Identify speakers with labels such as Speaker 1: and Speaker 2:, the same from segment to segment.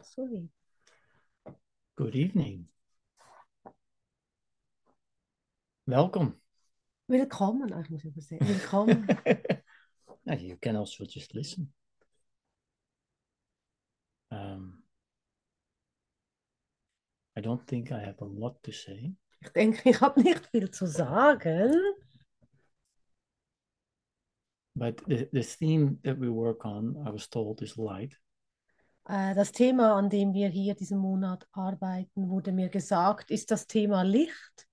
Speaker 1: Sorry.
Speaker 2: Good evening. Welcome.
Speaker 1: Willkommen, Ah, I moet even zeggen. Willkommen.
Speaker 2: Yeah, you can also just listen. Um, I don't think I have a lot to say.
Speaker 1: ich denke, ich habe nicht viel zu sagen.
Speaker 2: But the, the theme that we work on, I was told, is light.
Speaker 1: Äh, Das Thema, an dem wir hier diesen Monat arbeiten, wurde mir gesagt, ist das Thema Licht.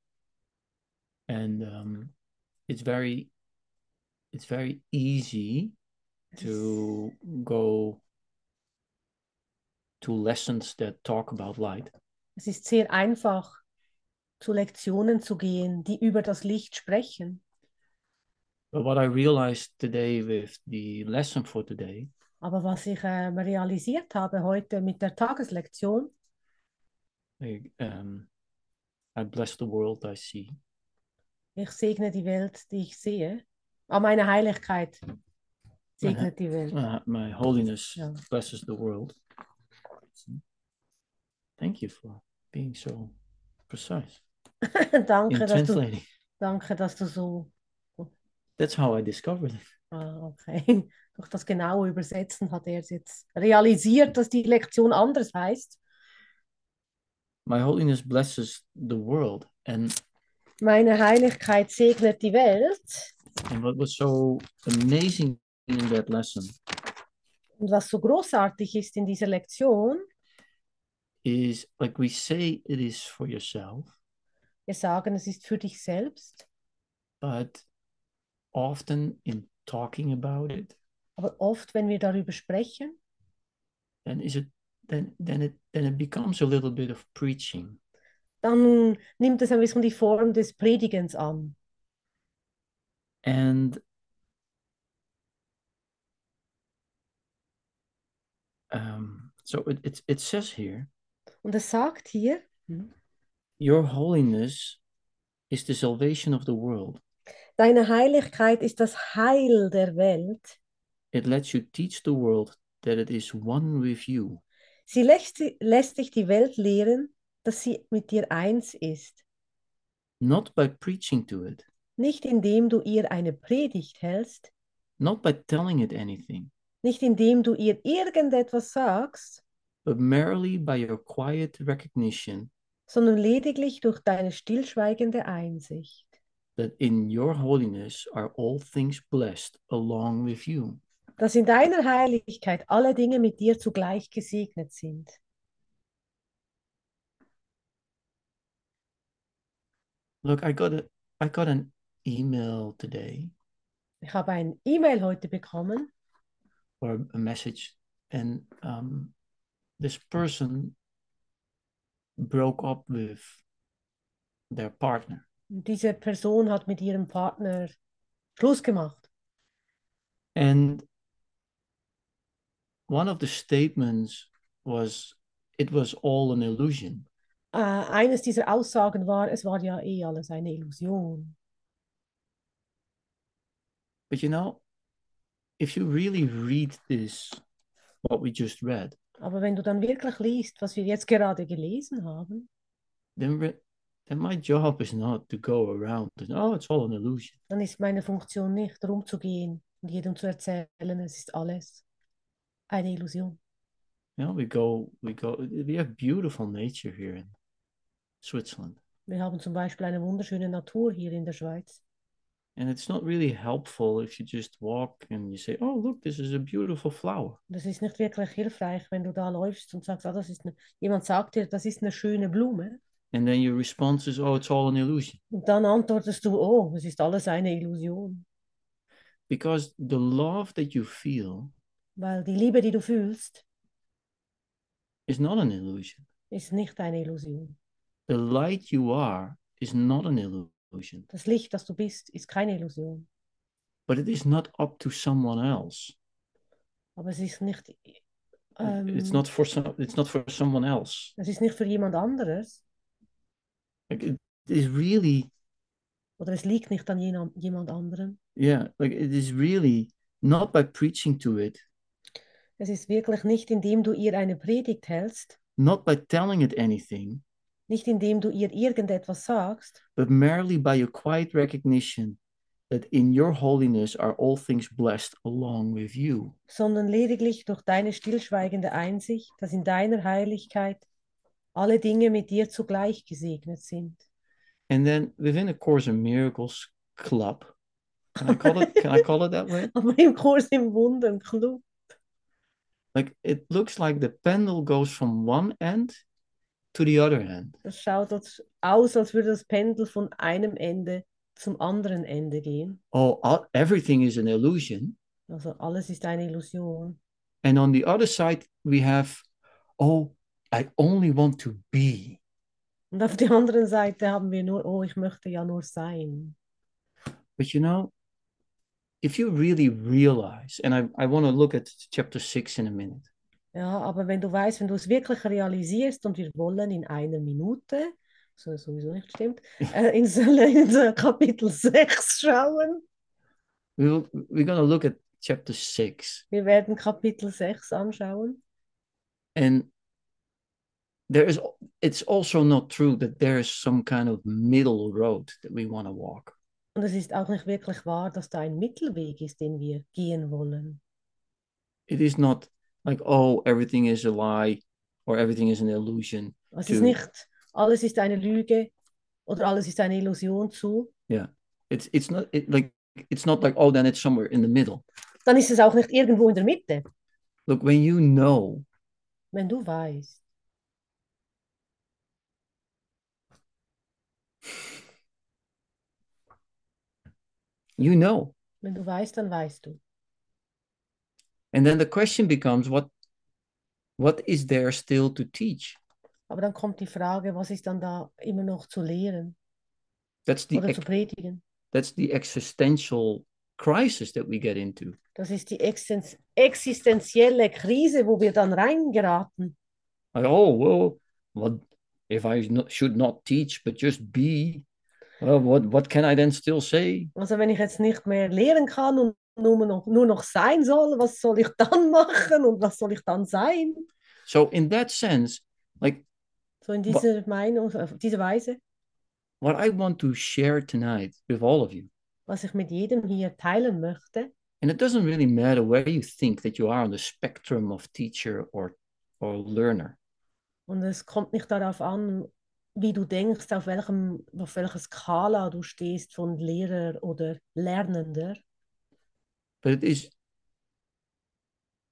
Speaker 2: And um, it's very it's very easy to go to lessons that talk about light.
Speaker 1: Es ist sehr einfach, zu Lektionen zu gehen, die über das Licht sprechen.
Speaker 2: But what I realized today with the lesson for today
Speaker 1: Aber was ich ähm, realisiert habe heute mit der Tageslektion,
Speaker 2: I, um, I bless the world I see.
Speaker 1: ich segne die Welt, die ich sehe. Ah, meine Heiligkeit segnet die Welt.
Speaker 2: Uh, my holiness
Speaker 1: Yeah.
Speaker 2: blesses the world. Thank you for being so precise
Speaker 1: danke,
Speaker 2: in
Speaker 1: dass du,
Speaker 2: translating.
Speaker 1: danke, dass du so.
Speaker 2: That's how I discovered it.
Speaker 1: Ah, okay. Durch das genaue Übersetzen hat er es jetzt realisiert, dass die Lektion anders heißt.
Speaker 2: My holiness blesses the world. And,
Speaker 1: Meine Heiligkeit segnet die Welt.
Speaker 2: and what was so amazing in that lesson
Speaker 1: Und was so großartig ist in dieser Lektion,
Speaker 2: is like we say it is for yourself,
Speaker 1: wir sagen, es ist für dich selbst,
Speaker 2: but often in talking about it,
Speaker 1: aber oft, wenn wir darüber sprechen,
Speaker 2: then is it then then it then it becomes a little bit of preaching
Speaker 1: dann nimmt es ein bisschen die Form des Predigens an.
Speaker 2: and um, so it, it it says here
Speaker 1: Und es sagt hier,
Speaker 2: your holiness is the salvation of the world
Speaker 1: deine Heiligkeit ist das Heil der Welt.
Speaker 2: it lets you teach the world that it is one with you
Speaker 1: Sie lässt, lässt dich die Welt lehren, dass sie mit dir eins ist.
Speaker 2: not by preaching to it
Speaker 1: Nicht indem du ihr eine Predigt hältst,
Speaker 2: not by telling it anything
Speaker 1: nicht indem du ihr irgendetwas sagst,
Speaker 2: but merely by your quiet recognition
Speaker 1: sondern lediglich durch deine stillschweigende Einsicht,
Speaker 2: that in your holiness are all things blessed along with you
Speaker 1: dass in deiner Heiligkeit alle Dinge mit dir zugleich gesegnet sind.
Speaker 2: Look, I got a I got an email today
Speaker 1: Ich habe ein E-Mail heute bekommen
Speaker 2: or a message, and um, this person broke up with their partner,
Speaker 1: und diese Person hat mit ihrem Partner Schluss gemacht.
Speaker 2: and one of the statements was, "It was all an illusion."
Speaker 1: Äh, eines dieser Aussagen war, es war ja eh alles eine Illusion.
Speaker 2: But you know, if you really read this, what we just read,
Speaker 1: Aber wenn du dann wirklich liest, was wir jetzt gerade gelesen haben,
Speaker 2: then re- then my job is not to go around and oh, it's all an illusion.
Speaker 1: dann ist meine Funktion nicht, rumzugehen und jedem zu erzählen, es ist alles eine Illusion.
Speaker 2: You know, we go, we go, we have beautiful nature here in Switzerland.
Speaker 1: Wir haben zum Beispiel eine wunderschöne Natur hier in der Schweiz.
Speaker 2: And it's not really helpful if you just walk and you say, oh, look, this is a beautiful flower.
Speaker 1: Das ist nicht wirklich hilfreich, wenn du da läufst und sagst, ah, das ist eine, jemand sagt dir, das ist eine schöne Blume.
Speaker 2: And then your response is, oh, it's all an illusion.
Speaker 1: Und dann antwortest du, oh, es ist alles eine Illusion.
Speaker 2: Because the love that you feel
Speaker 1: Weil die Liebe, die du fühlst,
Speaker 2: is not an illusion.
Speaker 1: ist nicht eine Illusion.
Speaker 2: The light you are is not an illusion.
Speaker 1: Das Licht, das du bist, ist keine Illusion.
Speaker 2: But it is not up to someone else.
Speaker 1: Aber es ist nicht,
Speaker 2: It's
Speaker 1: ähm,
Speaker 2: not for some, it's not for someone else.
Speaker 1: es ist nicht für jemand anderes.
Speaker 2: Like it is really,
Speaker 1: Oder es liegt nicht an jena- jemand anderem.
Speaker 2: yeah, like it is really not by preaching to it
Speaker 1: Es ist wirklich nicht, indem du ihr eine Predigt hältst,
Speaker 2: not by telling it anything,
Speaker 1: nicht indem du ihr irgendetwas sagst,
Speaker 2: but merely by a quiet recognition that in your holiness are all things blessed along with you.
Speaker 1: sondern lediglich durch deine stillschweigende Einsicht, dass in deiner Heiligkeit alle Dinge mit dir zugleich gesegnet sind.
Speaker 2: And then within a Course in Miracles club, can I call it? can I call it that way?
Speaker 1: Aber im Kurs im Wundern, Club,
Speaker 2: Like it looks like the pendulum goes from one end to the other end.
Speaker 1: das schaut als, aus, als würde das Pendel von einem Ende zum anderen Ende gehen.
Speaker 2: Oh, all, everything is an illusion.
Speaker 1: Also alles ist eine Illusion.
Speaker 2: And on the other side, we have, oh, I only want to be.
Speaker 1: Und auf der anderen Seite haben wir nur, oh, ich möchte ja nur sein.
Speaker 2: But you know, if you really realize, and I, I want to look at chapter six in a minute,
Speaker 1: Ja, aber wenn du weißt, wenn du es wirklich realisierst und wir wollen in einer Minute, so sowieso nicht stimmt, äh, ins, ins Kapitel 6 schauen.
Speaker 2: we will, we're going to look at chapter six.
Speaker 1: Wir werden Kapitel 6 anschauen.
Speaker 2: And there is, it's also not true that there is some kind of middle road that we want to walk.
Speaker 1: Und es ist auch nicht wirklich wahr, dass da ein Mittelweg ist, den wir gehen wollen.
Speaker 2: It is not like, oh, everything is a lie or everything is an illusion.
Speaker 1: Also Es ist
Speaker 2: Du-
Speaker 1: nicht, alles ist eine Lüge oder alles ist eine Illusion zu.
Speaker 2: It's, it's not it, like, it's not like, oh, then it's somewhere in the middle.
Speaker 1: Dann ist es auch nicht irgendwo in der Mitte,
Speaker 2: Look, when you know
Speaker 1: wenn du weißt.
Speaker 2: you know
Speaker 1: Wenn du weißt, dann weißt du.
Speaker 2: and then the question becomes what what is there still to teach
Speaker 1: Aber dann kommt die Frage, was ist dann da immer noch zu lehren
Speaker 2: that's the
Speaker 1: oder
Speaker 2: ex-
Speaker 1: zu predigen?
Speaker 2: that's the existential crisis that we get into
Speaker 1: Das ist die existen- existenzielle Krise, wo wir dann reingeraten.
Speaker 2: like oh well what if i no- should not teach but just be uh, what what can i then still say
Speaker 1: Also wenn ich jetzt nicht mehr lehren kann und nur noch, nur noch sein soll, was soll ich dann machen und was soll ich dann sein?
Speaker 2: so in that sense like
Speaker 1: So in
Speaker 2: Wa-
Speaker 1: dieser Meinung, auf diese Weise,
Speaker 2: what i want to share tonight with all of you
Speaker 1: was ich mit jedem hier teilen möchte.
Speaker 2: and it doesn't really matter where you think that you are on the spectrum of teacher or or learner
Speaker 1: Und es kommt nicht darauf an, wie du denkst, auf welchem, auf welcher Skala du stehst von Lehrer oder Lernender.
Speaker 2: but it is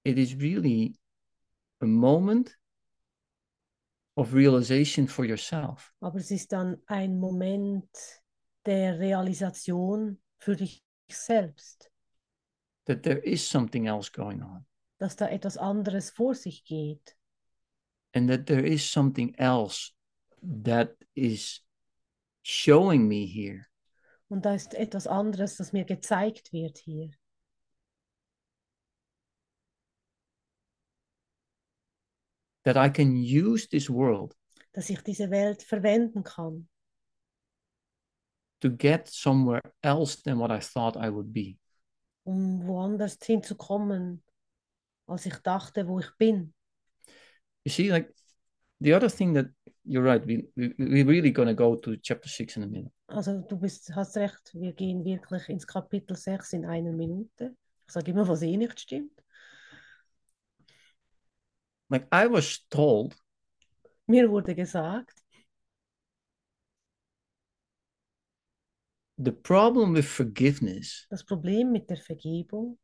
Speaker 2: it is really a moment of realization for yourself
Speaker 1: Aber es ist dann ein Moment der Realisation für dich selbst.
Speaker 2: that there is something else going on
Speaker 1: dass da etwas anderes vor sich geht
Speaker 2: and that there is something else that is showing me here
Speaker 1: und da ist etwas anderes, das mir gezeigt wird hier.
Speaker 2: that I can use this world
Speaker 1: dass ich diese Welt verwenden kann,
Speaker 2: to get somewhere else than what I thought I would be.
Speaker 1: um woanders hinzukommen, als ich dachte, wo ich bin.
Speaker 2: You see, like the other thing that you're right, we, we, we're really going to go to chapter six in a minute.
Speaker 1: Also du bist, hast recht, wir gehen wirklich ins Kapitel 6 in einer Minute. Ich sage immer, was eh nicht stimmt.
Speaker 2: Like I was told
Speaker 1: Mir wurde gesagt,
Speaker 2: the problem with forgiveness
Speaker 1: das Problem mit der Vergebung,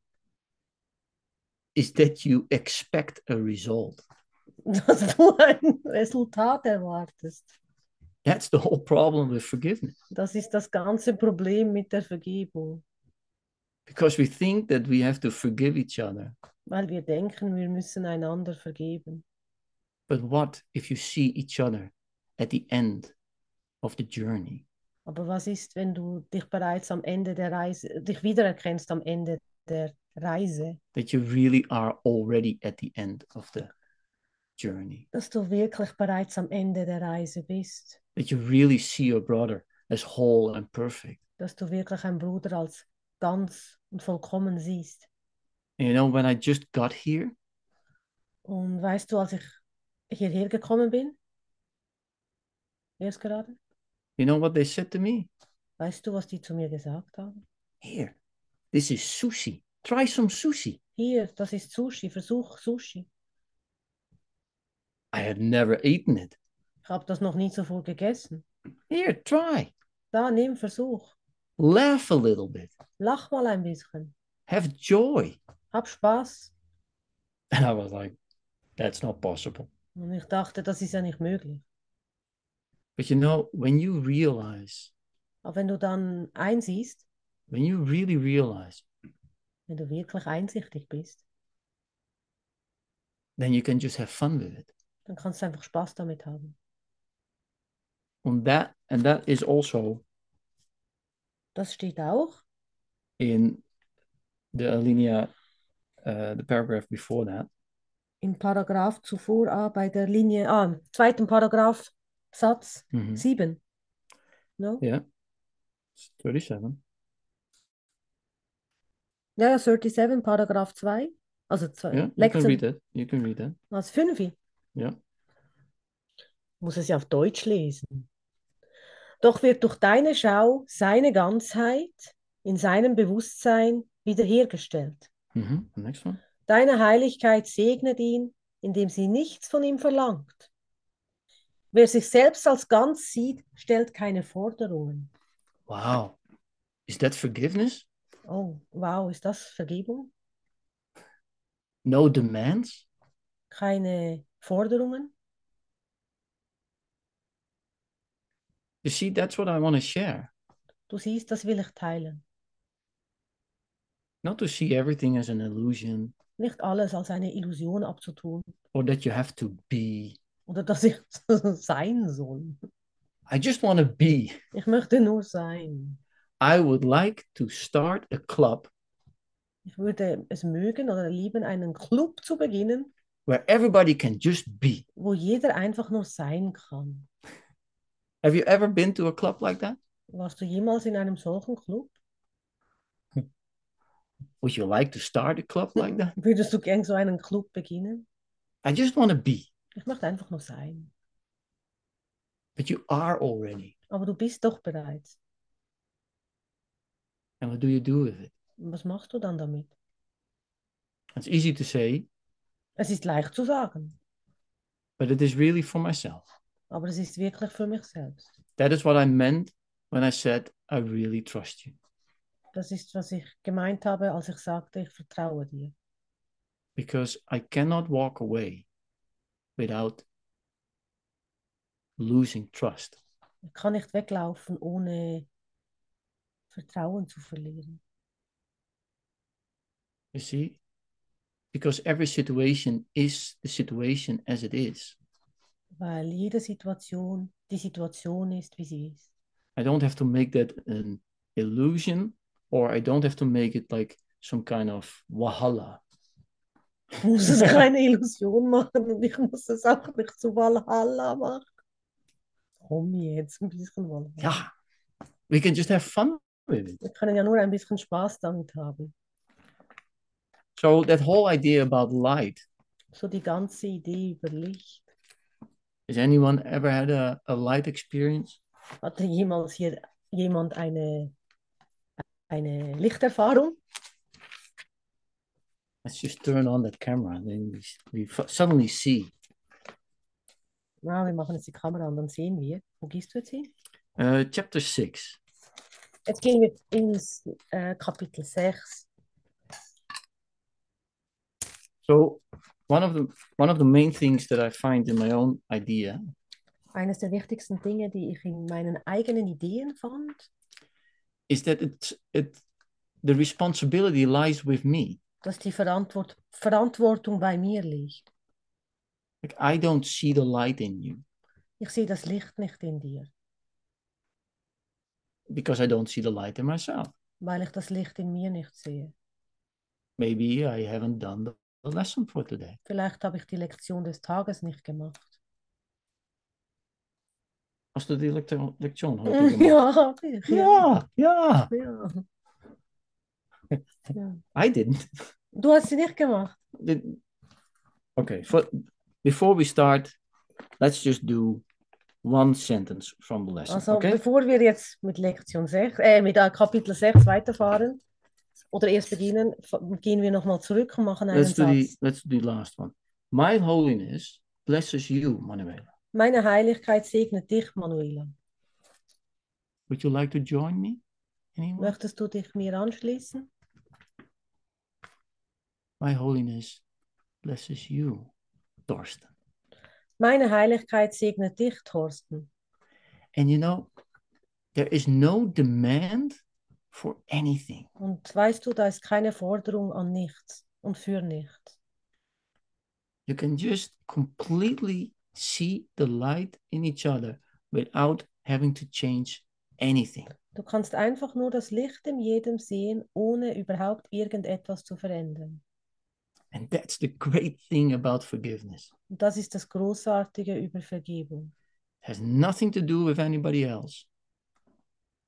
Speaker 2: is that you expect a result.
Speaker 1: dass du ein Resultat erwartest.
Speaker 2: That's the whole problem with forgiveness
Speaker 1: Das ist das ganze Problem mit der Vergebung.
Speaker 2: because we think that we have to forgive each other.
Speaker 1: Weil wir denken, wir müssen einander vergeben.
Speaker 2: But what if you see each other at the end of the journey?
Speaker 1: Aber was ist, wenn du dich bereits am Ende der Reise, dich wiedererkennst am Ende der Reise,
Speaker 2: That you really are already at the end of the journey.
Speaker 1: dass du wirklich bereits am Ende der Reise bist,
Speaker 2: That you really see your brother as whole and perfect.
Speaker 1: dass du wirklich einen Bruder als ganz und vollkommen siehst.
Speaker 2: And you know, when I just got here,
Speaker 1: Und weißt du, als ich hierher gekommen bin, erst gerade,
Speaker 2: You know what they said to me?
Speaker 1: weißt du, was die zu mir gesagt haben?
Speaker 2: Here, this is sushi. Try some sushi.
Speaker 1: Hier, das ist Sushi, versuch Sushi.
Speaker 2: I had never eaten it.
Speaker 1: Ich habe das noch nie zuvor gegessen.
Speaker 2: Here, try.
Speaker 1: Da, nimm Versuch.
Speaker 2: Laugh a little bit.
Speaker 1: Lach mal ein bisschen.
Speaker 2: Have joy.
Speaker 1: Hab Spaß.
Speaker 2: And I was like, that's not possible.
Speaker 1: Und ich dachte, das ist ja nicht möglich.
Speaker 2: But you know, when you realize,
Speaker 1: Aber wenn du dann einsiehst,
Speaker 2: when you really realize,
Speaker 1: wenn du wirklich einsichtig bist,
Speaker 2: then you can just have fun with it.
Speaker 1: dann kannst du einfach Spaß damit haben.
Speaker 2: On that, and that is also
Speaker 1: Das steht auch
Speaker 2: in the alinea, uh, the paragraph before that.
Speaker 1: im Paragraph zuvor ah, bei der Linie, ah, zweiten Paragraph, Satz
Speaker 2: Mhm.
Speaker 1: 7. No?
Speaker 2: Yeah. It's 37.
Speaker 1: Ja, ja, 37, Paragraph 2. Also zwei,
Speaker 2: Yeah, you can
Speaker 1: Lektion
Speaker 2: read that. You can read that.
Speaker 1: als Fünfi.
Speaker 2: Ja.
Speaker 1: Muss es ja auf Deutsch lesen. Doch wird durch deine Schau seine Ganzheit in seinem Bewusstsein wiederhergestellt.
Speaker 2: Mhm. The next one.
Speaker 1: Deine Heiligkeit segnet ihn, indem sie nichts von ihm verlangt. Wer sich selbst als ganz sieht, stellt keine Forderungen.
Speaker 2: Wow. Is that forgiveness?
Speaker 1: Oh, wow, ist das Vergebung?
Speaker 2: No demands?
Speaker 1: Keine Forderungen?
Speaker 2: You see, that's what I want to share.
Speaker 1: Du siehst, das will ich teilen.
Speaker 2: Not to see everything as an illusion
Speaker 1: Nicht alles als eine Illusion abzutun
Speaker 2: or that you have to be.
Speaker 1: oder dass ich sein soll.
Speaker 2: I just want to be.
Speaker 1: Ich möchte nur sein.
Speaker 2: I would like to start a club
Speaker 1: Ich würde es mögen oder lieben, einen Club zu beginnen,
Speaker 2: where everybody can just be.
Speaker 1: wo jeder einfach nur sein kann.
Speaker 2: Have you ever been to a club like that?
Speaker 1: Warst du jemals in einem solchen Club?
Speaker 2: Would you like to start a club like that?
Speaker 1: Würdest du gern so einen Club beginnen?
Speaker 2: I just want to be.
Speaker 1: Ich möchte einfach nur sein.
Speaker 2: But you are already.
Speaker 1: Aber du bist doch bereits.
Speaker 2: And what do you do with it?
Speaker 1: Und Was machst du dann damit?
Speaker 2: It's easy to say,
Speaker 1: Es ist leicht zu sagen,
Speaker 2: but it is really for myself.
Speaker 1: aber es ist wirklich für mich selbst.
Speaker 2: That is what I meant when I said, I really trust you.
Speaker 1: Das ist, was ich gemeint habe, als ich sagte, ich vertraue dir.
Speaker 2: Because I cannot walk away without losing trust.
Speaker 1: Ich kann nicht weglaufen, ohne Vertrauen zu verlieren.
Speaker 2: You see? Because every situation is the situation as it is.
Speaker 1: Weil jede Situation die Situation ist, wie sie ist.
Speaker 2: I don't have to make that an illusion or I don't have to make it like some kind of wahala.
Speaker 1: Ich muss es keine Illusion machen und ich muss es auch nicht zu Valhalla machen. Komm jetzt, ein bisschen Valhalla.
Speaker 2: Yeah. Ah, We can just have fun with it.
Speaker 1: Wir können ja nur ein bisschen Spaß damit haben.
Speaker 2: So that whole idea about light,
Speaker 1: So die ganze Idee über Licht.
Speaker 2: has anyone ever had a, a light experience?
Speaker 1: Hatte jemals hier jemand eine, eine Lichterfahrung?
Speaker 2: Let's just turn on that camera and then we, s- we f- suddenly see.
Speaker 1: Na, wir machen jetzt die Kamera an, dann sehen wir. Wo gehst du jetzt hin?
Speaker 2: Uh, chapter 6.
Speaker 1: Jetzt gehen wir ins äh, Kapitel 6.
Speaker 2: So one of the one of the main things that I find in my own idea
Speaker 1: Eines der wichtigsten Dinge, die ich in meinen eigenen Ideen fand,
Speaker 2: is that it's it the responsibility lies with me.
Speaker 1: dass die Verantwort Verantwortung bei mir liegt.
Speaker 2: Like I don't see the light in you
Speaker 1: Ich sehe das Licht nicht in dir,
Speaker 2: because I don't see the light in myself.
Speaker 1: weil ich das Licht in mir nicht sehe.
Speaker 2: Maybe I haven't done the the lesson for today.
Speaker 1: Vielleicht habe ich die Lektion des Tages nicht gemacht.
Speaker 2: Als de elektro- elektron hoort ik hem.
Speaker 1: Ja, ja,
Speaker 2: Ja, ja,
Speaker 1: ja. ja.
Speaker 2: I didn't.
Speaker 1: Du hast sie nicht gemacht.
Speaker 2: Dit- Okay, for, before we start, let's just do one sentence from the lesson.
Speaker 1: Also
Speaker 2: okay?
Speaker 1: bevor wir jetzt mit Lektion 6, äh, mit äh, Kapitel 6 weiterfahren oder erst beginnen, f- gehen wir nochmal zurück und machen einen
Speaker 2: Let's do the
Speaker 1: Satz.
Speaker 2: let's do the last one. My holiness blesses you, Manuela.
Speaker 1: Meine Heiligkeit segnet dich, Manuela.
Speaker 2: Would you like to join me? Anyone?
Speaker 1: Möchtest du dich mir anschließen?
Speaker 2: My holiness blesses you, Thorsten.
Speaker 1: Meine Heiligkeit segnet dich, Thorsten.
Speaker 2: And you know, there is no demand for anything.
Speaker 1: Und weißt du, da ist keine Forderung an nichts und für nichts.
Speaker 2: You can just completely see the light in each other without having to change anything.
Speaker 1: Du kannst einfach nur das Licht in jedem sehen, ohne überhaupt irgendetwas zu verändern.
Speaker 2: And that's the great thing about forgiveness.
Speaker 1: Und das ist das Großartige über Vergebung.
Speaker 2: It has nothing to do with anybody else.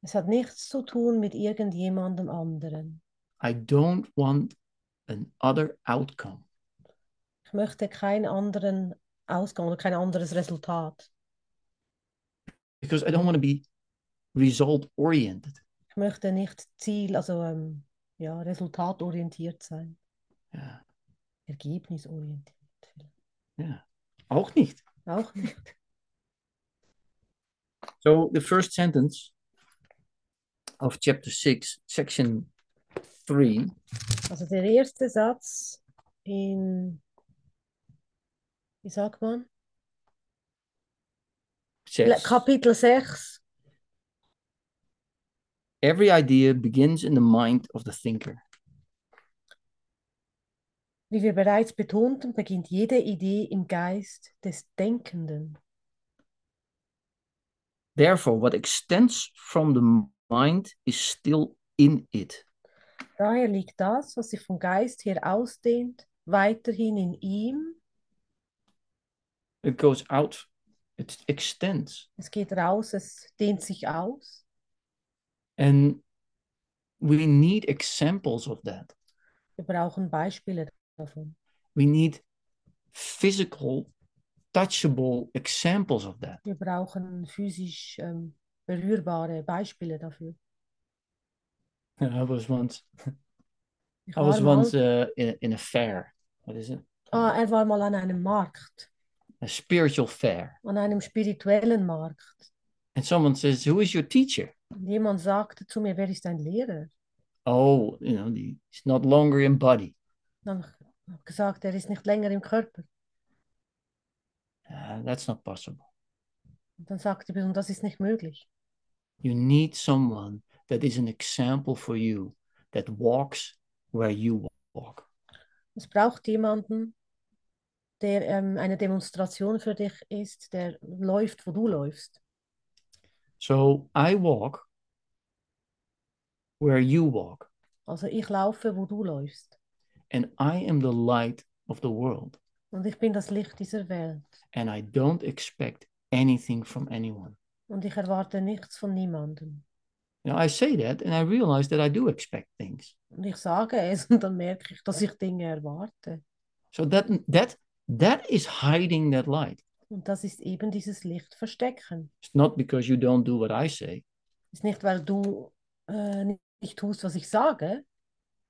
Speaker 1: Es hat nichts zu tun mit irgendjemandem anderen.
Speaker 2: I don't want an other outcome.
Speaker 1: Ich möchte keinen anderen Ausgang oder kein anderes Resultat.
Speaker 2: because I don't want to be result oriented.
Speaker 1: Ich möchte nicht ziel, also ähm, ja, resultatorientiert sein,
Speaker 2: Yeah.
Speaker 1: ergebnisorientiert. vielleicht.
Speaker 2: Auch niet.
Speaker 1: Auch nicht.
Speaker 2: So the first sentence of chapter 6, section 3
Speaker 1: Also der erste Satz in, wie sagt man? Le-
Speaker 2: says
Speaker 1: Kapitel 6.
Speaker 2: Every idea begins in the mind of the thinker.
Speaker 1: Wie wir bereits betonten, beginnt jede Idee im Geist des Denkenden.
Speaker 2: Therefore, what extends from the mind is still in it.
Speaker 1: Daher liegt das, was sich vom Geist her ausdehnt, weiterhin in ihm.
Speaker 2: It goes out, it extends.
Speaker 1: Es geht raus, es dehnt sich aus.
Speaker 2: And we need examples of that.
Speaker 1: Wir brauchen Beispiele davon.
Speaker 2: We need physical, touchable examples of that.
Speaker 1: Wir brauchen physisch ähm, berührbare Beispiele dafür.
Speaker 2: I was once
Speaker 1: Ich
Speaker 2: I was
Speaker 1: war mal,
Speaker 2: once uh, in, in a fair. What is it?
Speaker 1: ah, er war mal an einem Markt,
Speaker 2: A spiritual fair.
Speaker 1: an einem spirituellen Markt.
Speaker 2: And someone says, "Who is your teacher?"
Speaker 1: Und jemand sagte zu mir, wer ist dein Lehrer?
Speaker 2: Oh, you know, the, he's not longer in body.
Speaker 1: Dann habe ich hab gesagt, er ist nicht länger im Körper.
Speaker 2: Uh, that's not possible.
Speaker 1: Und dann sagte er, und das ist nicht möglich.
Speaker 2: You need someone that is an example for you that walks where you walk.
Speaker 1: Es braucht jemanden, der ähm, eine Demonstration für dich ist, der läuft, wo du läufst.
Speaker 2: So I walk where you walk,
Speaker 1: Also ich laufe, wo du läufst.
Speaker 2: and I am the light of the world,
Speaker 1: Und ich bin das Licht dieser Welt.
Speaker 2: and I don't expect anything from anyone.
Speaker 1: Und ich erwarte nichts von niemandem.
Speaker 2: Now I say that, and I realize that I do expect things.
Speaker 1: Und ich sage es und dann merke ich, dass ich Dinge erwarte.
Speaker 2: So that that that is hiding that light.
Speaker 1: Und das ist eben dieses Licht verstecken.
Speaker 2: It's not because you don't do what I say,
Speaker 1: Ist nicht, weil du äh, nicht tust, was ich sage,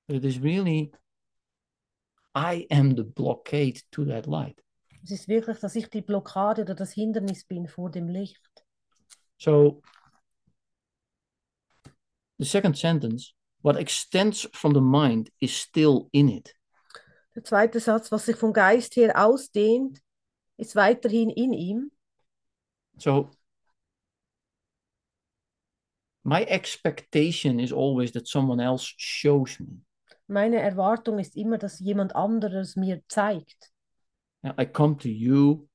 Speaker 2: but it is really I am the blockade to that light.
Speaker 1: Es ist wirklich, dass ich die Blockade oder das Hindernis bin vor dem Licht.
Speaker 2: So the second sentence, what extends from the mind is still in it.
Speaker 1: Der zweite Satz, was sich vom Geist her ausdehnt, ist weiterhin in ihm.
Speaker 2: So my expectation is always that someone else shows me.
Speaker 1: Meine Erwartung ist immer, dass jemand anderes mir zeigt.
Speaker 2: Now, I come to you,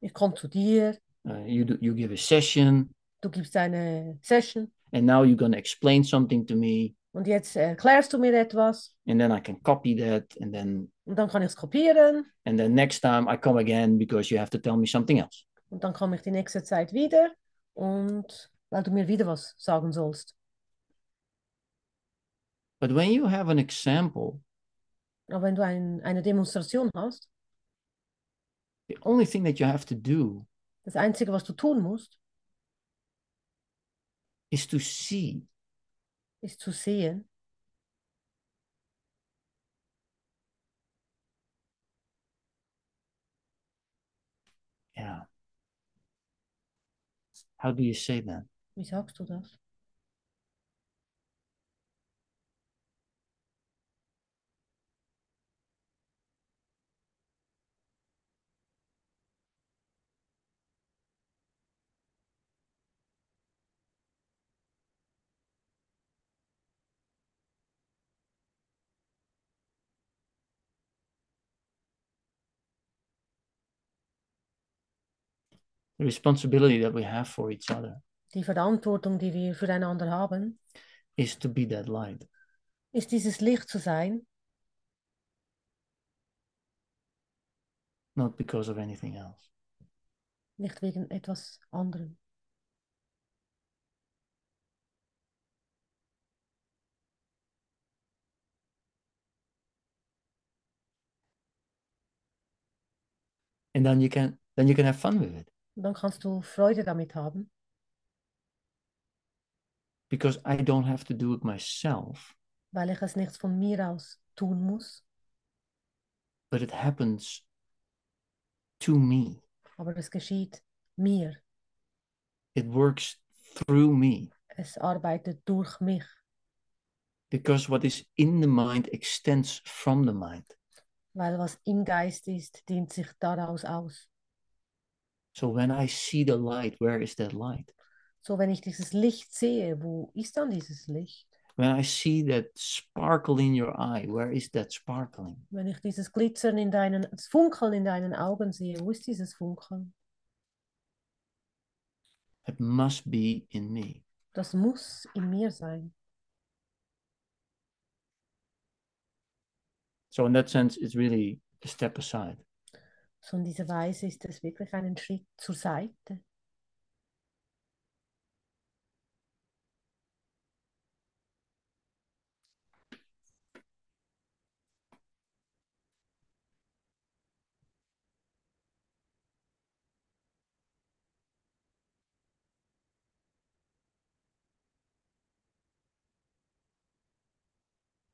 Speaker 1: Ich komme zu dir,
Speaker 2: uh, you do, you give a session,
Speaker 1: du gibst eine Session
Speaker 2: and now you're going to explain something to me,
Speaker 1: und jetzt erklärst du mir etwas
Speaker 2: and then I can copy that, and then
Speaker 1: und dann kann ich es kopieren
Speaker 2: And then next time I come again because you have to tell me something else.
Speaker 1: und dann komme ich die nächste Zeit wieder und weil du mir wieder was sagen sollst.
Speaker 2: But when you have an example,
Speaker 1: Aber wenn du ein, eine Demonstration hast,
Speaker 2: The only thing that you have to do
Speaker 1: Das Einzige, was du tun musst,
Speaker 2: is to see
Speaker 1: ist zu sehen,
Speaker 2: Yeah. How do you say that?
Speaker 1: wie sagst du das?
Speaker 2: The responsibility that we have for each other
Speaker 1: Die Verantwortung, die wir füreinander haben,
Speaker 2: is to be that light.
Speaker 1: ist dieses Licht zu sein,
Speaker 2: not because of anything else.
Speaker 1: nicht wegen etwas anderem.
Speaker 2: And then you can then you can have fun with it
Speaker 1: Und dann kannst du Freude damit haben,
Speaker 2: because I don't have to do it myself,
Speaker 1: weil ich es nicht von mir aus tun muss,
Speaker 2: but it happens to me.
Speaker 1: aber es geschieht mir.
Speaker 2: It works through me
Speaker 1: Es arbeitet durch mich,
Speaker 2: because what is in the mind extends from the mind.
Speaker 1: weil was im Geist ist, dient sich daraus aus.
Speaker 2: So when I see the light, where is that light?
Speaker 1: So, wenn ich dieses Licht sehe, wo ist dann dieses Licht?
Speaker 2: When I see that sparkle in your eye, where is that sparkling?
Speaker 1: Wenn ich dieses Glitzern in deinen, das Funkeln in deinen Augen sehe, wo ist dieses Funkeln?
Speaker 2: It must be in me.
Speaker 1: Das muss in mir sein.
Speaker 2: So in that sense, it's really a step aside.
Speaker 1: So in dieser Weise ist es wirklich einen Schritt zur Seite.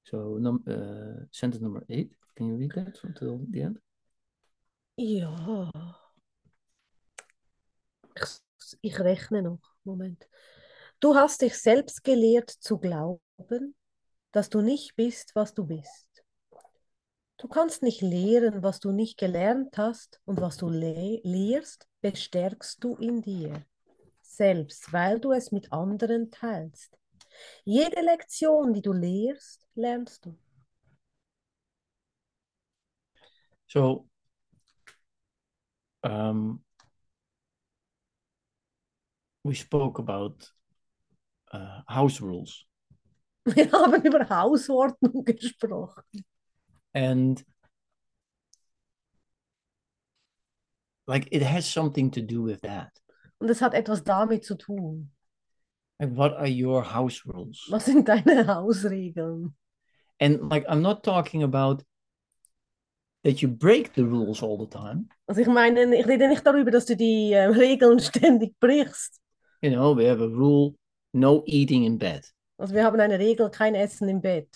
Speaker 2: So num uh, sentence number eight. Can you read that until the end?
Speaker 1: Ja. Ich, ich rechne noch. Moment. Du hast dich selbst gelehrt zu glauben, dass du nicht bist, was du bist. Du kannst nicht lehren, was du nicht gelernt hast, und was du le lehrst, bestärkst du in dir selbst, weil du es mit anderen teilst. Jede Lektion, die du lehrst, lernst du.
Speaker 2: So, um, we spoke about uh, house rules,
Speaker 1: Wir haben über Hausordnung gesprochen.
Speaker 2: and like it has something to do with that.
Speaker 1: Und es hat etwas damit zu tun.
Speaker 2: Like, what are your house rules?
Speaker 1: Was sind deine Hausregeln?
Speaker 2: And like, I'm not talking about that you break the rules all the time.
Speaker 1: Also ich meine, ich rede nicht darüber, dass du die äh, Regeln ständig brichst.
Speaker 2: You know, we have a rule: no eating in bed,
Speaker 1: Also wir haben eine Regel, kein Essen im Bett.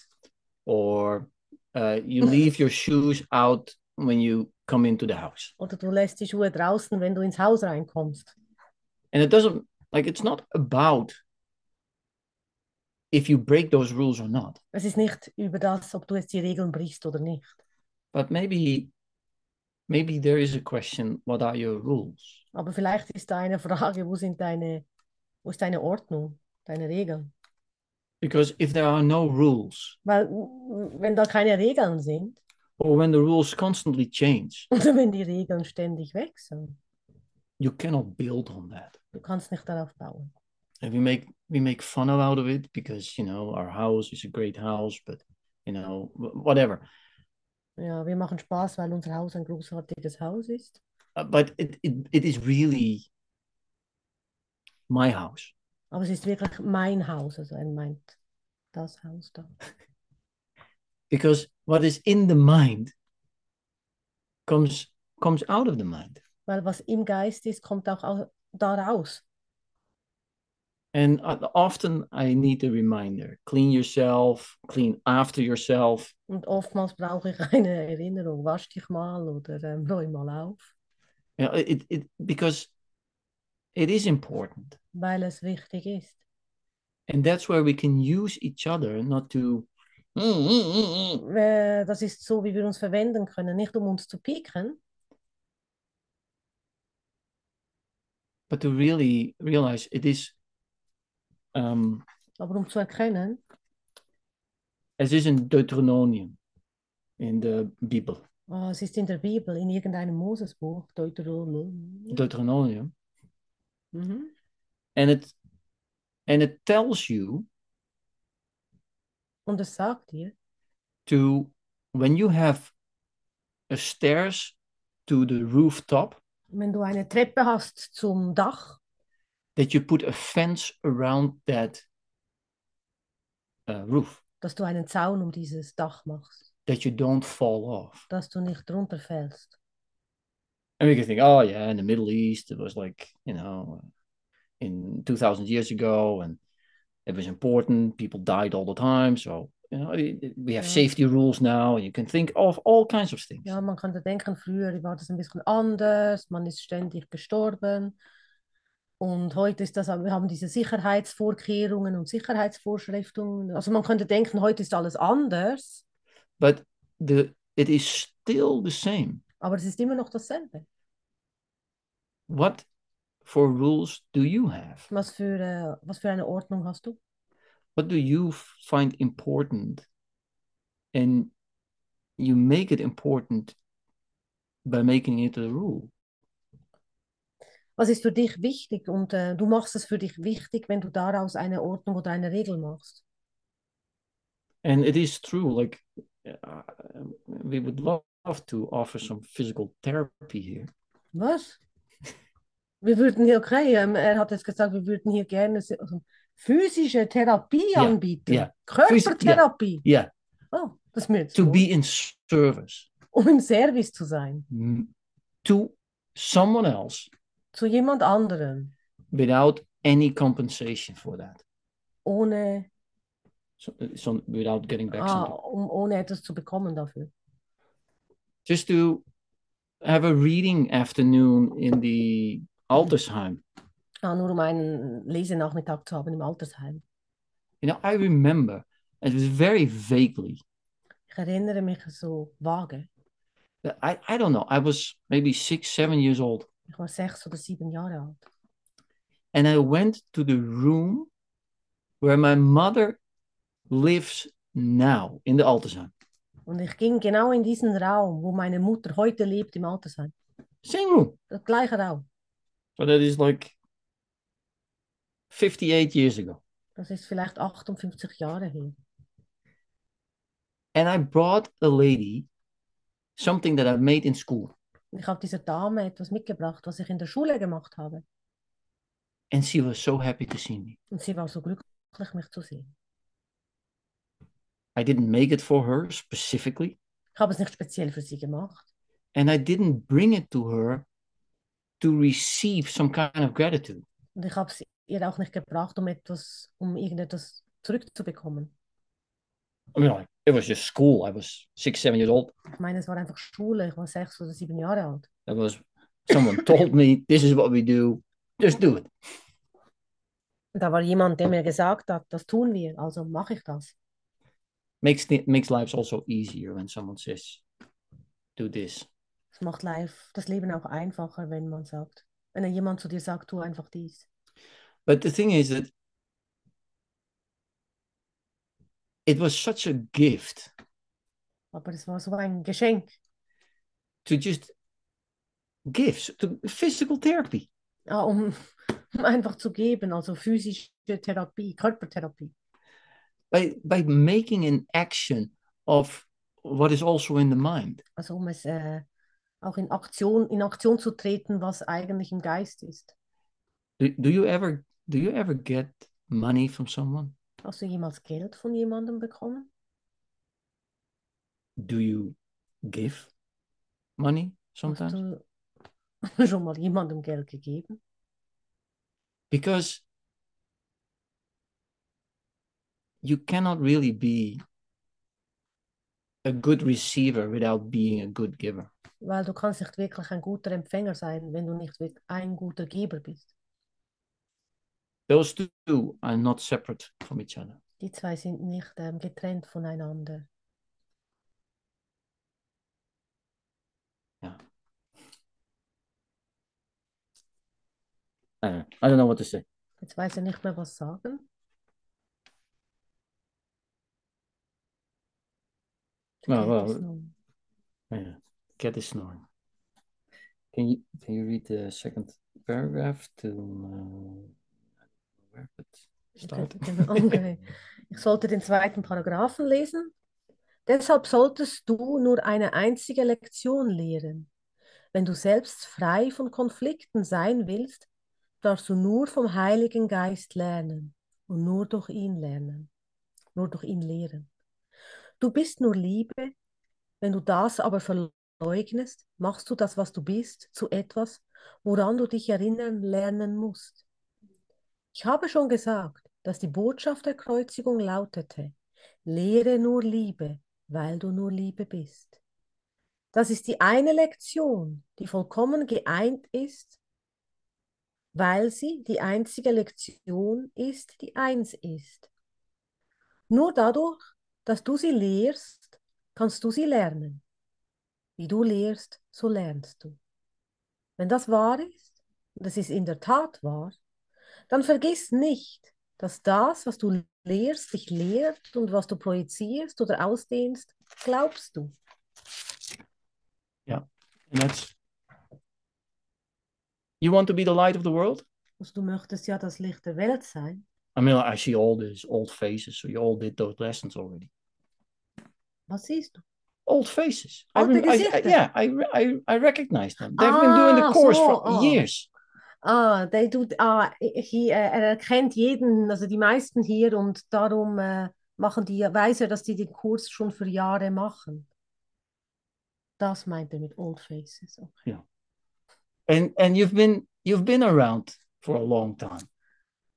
Speaker 2: or uh, you leave your shoes out when you come into the house.
Speaker 1: Oder du lässt die Schuhe draußen, wenn du ins Haus reinkommst.
Speaker 2: And it doesn't like it's not about if you break those rules or not,
Speaker 1: Es ist nicht über das, ob du jetzt die Regeln brichst oder nicht.
Speaker 2: but maybe maybe there is a question, what are your rules?
Speaker 1: Aber vielleicht ist da eine Frage, wo sind deine, wo ist deine Ordnung, deine Regeln?
Speaker 2: Because if there are no rules
Speaker 1: Weil mm, wenn da keine Regeln sind
Speaker 2: or when the rules constantly change,
Speaker 1: oder wenn die Regeln ständig wechseln,
Speaker 2: you cannot build on that.
Speaker 1: du kannst nicht darauf bauen.
Speaker 2: And we make we make fun out of it because you know our house is a great house, but you know wh- whatever.
Speaker 1: Ja, wir machen Spaß, weil unser Haus ein großartiges Haus ist.
Speaker 2: Uh, but it, it it is really my house.
Speaker 1: Aber es ist wirklich mein Haus, also er meint das Haus da.
Speaker 2: Because what is in the mind comes comes out of the mind.
Speaker 1: weil was im Geist ist, kommt auch au- da raus.
Speaker 2: And uh, often I need a reminder clean yourself, clean after yourself.
Speaker 1: Und oftmals brauche ich eine Erinnerung, wasch dich mal oder ähm, räum mal auf,
Speaker 2: You know, it, it, because it is important.
Speaker 1: weil es wichtig ist.
Speaker 2: And that's where we can use each other, not to. "Mm, mm, mm, mm,"
Speaker 1: Äh, das ist so, wie wir uns verwenden können, nicht um uns zu pieken,
Speaker 2: but to really realize it is um
Speaker 1: aber um zu erkennen,
Speaker 2: as is in Deuteronomium in the Bible
Speaker 1: oh, es ist in der Bibel, in irgendeinem Mosesbuch, Deuteronomium.
Speaker 2: Deuteronomium
Speaker 1: Mhm.
Speaker 2: and it and it tells you
Speaker 1: Und es sagt dir,
Speaker 2: to when you have a stairs to the rooftop
Speaker 1: wenn du eine Treppe hast zum Dach,
Speaker 2: that you put a fence around that uh, roof
Speaker 1: dass du einen Zaun um dieses Dach machst,
Speaker 2: that you don't fall off
Speaker 1: dass du nicht drunter fällst.
Speaker 2: and we can think oh yeah in the Middle East it was like you know in 2000 years ago and it was important people died all the time so you know i- i- we have
Speaker 1: Yeah.
Speaker 2: safety rules now and you can think of all kinds of things
Speaker 1: Ja, man könnte denken, früher war das ein bisschen anders, man ist ständig gestorben. Und heute ist das, wir haben diese Sicherheitsvorkehrungen und Sicherheitsvorschriften. Also man könnte denken, heute ist alles anders,
Speaker 2: but the it is still the same
Speaker 1: aber es ist immer noch dasselbe.
Speaker 2: what for rules do you have
Speaker 1: Was für, äh, was für eine Ordnung hast du?
Speaker 2: what do you f- find important and you make it important by making it a rule
Speaker 1: Was ist für dich wichtig? Und äh, du machst es für dich wichtig, wenn du daraus eine Ordnung oder eine Regel machst.
Speaker 2: and it is true like uh, we would love to offer some physical therapy here
Speaker 1: Was? Wir würden hier, okay, ähm, er hat jetzt gesagt, wir würden hier gerne si- also physische Therapie
Speaker 2: Ja,
Speaker 1: anbieten.
Speaker 2: ja.
Speaker 1: Körpertherapie.
Speaker 2: yeah
Speaker 1: Oh, das ist mir jetzt
Speaker 2: to
Speaker 1: neu.
Speaker 2: be in service
Speaker 1: Um im Service zu sein.
Speaker 2: m- to someone else
Speaker 1: Zu jemand anderem.
Speaker 2: without any compensation for that.
Speaker 1: Ohne,
Speaker 2: So, uh, so without getting back
Speaker 1: ah,
Speaker 2: something.
Speaker 1: um, ohne etwas zu bekommen dafür.
Speaker 2: Just to have a reading afternoon in the Altersheim.
Speaker 1: Ah, nur um einen Lesenachmittag zu haben im Altersheim.
Speaker 2: You know, I remember it was very vaguely.
Speaker 1: Ich erinnere mich so vage.
Speaker 2: that I, I don't know. I was maybe six, seven years old.
Speaker 1: Ich war sechs oder sieben Jahre alt.
Speaker 2: And I went to the room where my mother lives now in the Altersheim.
Speaker 1: Und ich ging genau in diesen Raum, wo meine Mutter heute lebt im Altersheim.
Speaker 2: Same room.
Speaker 1: Der gleiche Raum.
Speaker 2: So that is like 58 years ago.
Speaker 1: Das ist vielleicht 58 Jahre her.
Speaker 2: and I brought a lady something that I made in school,
Speaker 1: Ich habe dieser Dame etwas mitgebracht, was ich in der Schule gemacht habe.
Speaker 2: and she was so happy to see me.
Speaker 1: Und sie war so glücklich, mich zu sehen.
Speaker 2: I didn't make it for her specifically,
Speaker 1: Ich habe es nicht speziell für sie gemacht.
Speaker 2: and I didn't bring it to her to receive some kind of gratitude.
Speaker 1: Und ich habe es ihr auch nicht gebracht, um etwas, um irgendetwas zurückzubekommen.
Speaker 2: I mean, like it was just school. I was six, seven years old.
Speaker 1: Ich meine, es war einfach Schule. Ich war sechs oder sieben Jahre alt.
Speaker 2: That was someone told me this is what we do. Just do it.
Speaker 1: Und da war jemand, der mir gesagt hat, das tun wir, also mache ich das.
Speaker 2: Makes thi- makes lives also easier when someone says, "Do this."
Speaker 1: Es macht live das Leben auch einfacher, wenn man sagt, wenn jemand zu dir sagt, tu einfach dies.
Speaker 2: But the thing is that it was such a gift
Speaker 1: Aber es war so ein Geschenk.
Speaker 2: to just gifts to physical therapy
Speaker 1: Ah, um, um einfach zu geben, also physische Therapie, Körpertherapie.
Speaker 2: by by making an action of what is also in the mind
Speaker 1: Also um es äh, auch in Aktion, in Aktion zu treten, was eigentlich im Geist ist.
Speaker 2: do, do you ever do you ever get money from someone
Speaker 1: Hast du jemals Geld von jemandem bekommen?
Speaker 2: do you give money
Speaker 1: Hast
Speaker 2: sometimes
Speaker 1: du schon mal jemandem Geld gegeben?
Speaker 2: because you cannot really be a good receiver without being a good giver.
Speaker 1: Weil du kannst nicht wirklich ein guter Empfänger sein, wenn du nicht wirk- ein guter Geber bist.
Speaker 2: Those two are not separate from each other.
Speaker 1: Die zwei sind nicht ähm, getrennt voneinander.
Speaker 2: I don't know, Uh, I don't know what to say.
Speaker 1: Jetzt weiß er nicht mehr, was sagen. Der
Speaker 2: Well,
Speaker 1: Cat ist
Speaker 2: well,
Speaker 1: noch-
Speaker 2: Oh, yeah. Cat is snoring. Can you can you read the second paragraph to uh, where it started?
Speaker 1: Okay, genau. Okay. Ich sollte den zweiten Paragraphen lesen. Deshalb solltest du nur eine einzige Lektion lehren. Wenn du selbst frei von Konflikten sein willst, darfst du nur vom Heiligen Geist lernen und nur durch ihn lernen, nur durch ihn lehren. Du bist nur Liebe, wenn du das aber verleugnest, machst du das, was du bist, zu etwas, woran du dich erinnern lernen musst. Ich habe schon gesagt, dass die Botschaft der Kreuzigung lautete, lehre nur Liebe, weil du nur Liebe bist. Das ist die eine Lektion, die vollkommen geeint ist, weil sie die einzige Lektion ist, die eins ist. Nur dadurch, dass du sie lehrst, kannst du sie lernen. Wie du lehrst, so lernst du. Wenn das wahr ist, und es ist in der Tat wahr, dann vergiss nicht, dass das, was du lehrst, dich lehrt und was du projizierst oder ausdehnst, glaubst du.
Speaker 2: And that's you want to be the light of the world.
Speaker 1: Also du möchtest ja das Licht der Welt sein.
Speaker 2: I mean, I see all these old faces. So you all did those lessons already.
Speaker 1: Was siehst du?
Speaker 2: Old faces. I,
Speaker 1: Alte
Speaker 2: rem- I- I-
Speaker 1: gezichten.
Speaker 2: yeah, I, re- I I recognize them. They've been doing the
Speaker 1: Ah,
Speaker 2: course
Speaker 1: so,
Speaker 2: for
Speaker 1: oh.
Speaker 2: years.
Speaker 1: Ah, der tut, ah, hier, äh, er erkennt jeden, also die meisten hier und darum äh, machen die, weiß er, dass die den Kurs schon für Jahre machen. Das meint er mit Old Faces. Okay.
Speaker 2: And and you've been you've been around for a long time.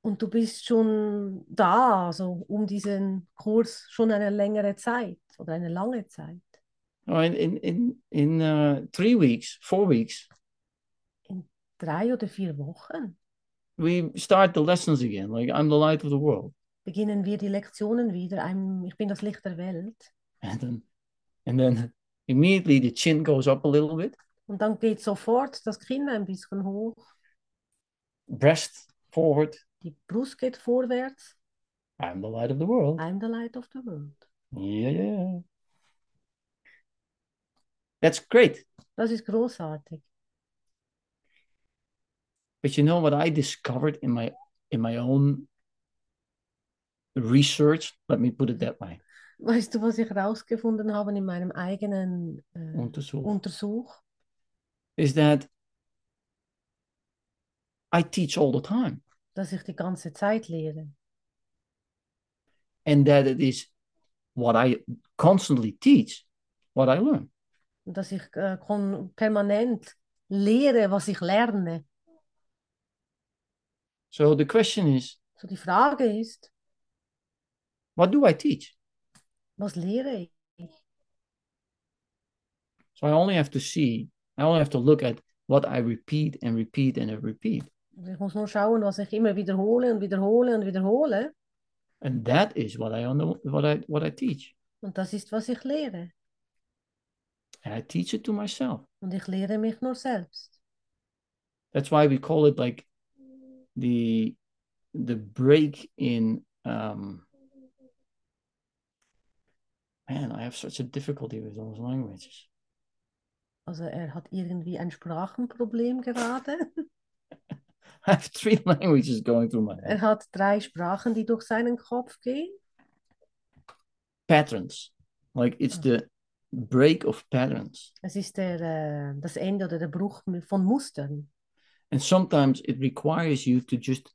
Speaker 1: Und du bist schon da, also um diesen Kurs schon eine längere Zeit oder eine lange Zeit.
Speaker 2: Oh, in in in, in uh, three weeks, four weeks,
Speaker 1: Drei oder vier Wochen
Speaker 2: we start the lessons again. Like I'm the light of the world,
Speaker 1: beginnen wir die Lektionen wieder. Ein, ich bin das Licht der Welt.
Speaker 2: and then and then immediately the chin goes up a little bit,
Speaker 1: Und dann geht sofort das Kinn ein bisschen hoch,
Speaker 2: breast forward.
Speaker 1: die Brust geht vorwärts.
Speaker 2: I'm the light of the world.
Speaker 1: I'm the light of the world.
Speaker 2: Yeah, yeah. That's great.
Speaker 1: Das ist großartig.
Speaker 2: But you know what I discovered in my in my own research, let me put it that way.
Speaker 1: Weißt du, was ich herausgefunden habe in meinem eigenen äh,
Speaker 2: Unterzoek.
Speaker 1: Untersuch?
Speaker 2: Is that I teach all the time
Speaker 1: Dass ich die ganze Zeit lehre.
Speaker 2: and that it is what I constantly teach, what I learn.
Speaker 1: Und dass ich äh, kon permanent lehre, was ich lerne.
Speaker 2: So the question is,
Speaker 1: So die Frage ist,
Speaker 2: what do I teach?
Speaker 1: was lehre ich?
Speaker 2: So I only have to see, I only have to look at what I repeat and repeat and I repeat.
Speaker 1: Und Ich muss nur schauen, was ich immer wiederhole und wiederhole und wiederhole.
Speaker 2: And that is what I under, what I what I teach.
Speaker 1: Und das ist, was ich lehre.
Speaker 2: And I teach it to myself.
Speaker 1: Und ich lehre mich nur selbst.
Speaker 2: That's why we call it like the the break in um man, I have such a difficulty with those languages.
Speaker 1: Also er hat irgendwie ein Sprachenproblem gerade.
Speaker 2: I have three languages going through my
Speaker 1: Er
Speaker 2: head.
Speaker 1: hat drei Sprachen, die durch seinen Kopf gehen.
Speaker 2: Patterns. Like it's the break of patterns.
Speaker 1: Es ist der, äh, das Ende oder der Bruch von Mustern.
Speaker 2: And sometimes it requires you to just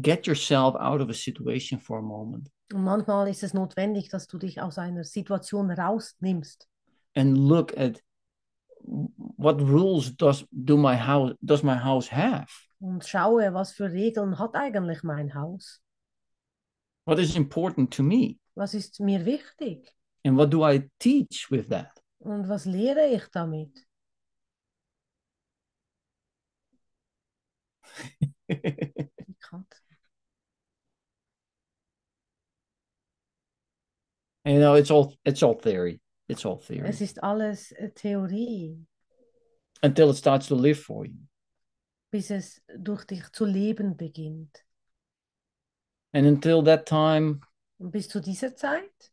Speaker 2: get yourself out of a situation for a moment
Speaker 1: Und manchmal ist es notwendig, dass du dich aus einer Situation rausnimmst
Speaker 2: and look at what rules does do my house does my house have?
Speaker 1: und schaue, was für Regeln hat eigentlich mein Haus?
Speaker 2: What is important to me?
Speaker 1: Was ist mir wichtig?
Speaker 2: And what do I teach with that?
Speaker 1: Und was lehre ich damit? Die Katze.
Speaker 2: And, you know, it's all it's all theory. It's all theory
Speaker 1: Es ist alles äh, Theorie,
Speaker 2: until it starts to live for you.
Speaker 1: bis es durch dich zu leben beginnt.
Speaker 2: And until that time,
Speaker 1: Und bis zu dieser Zeit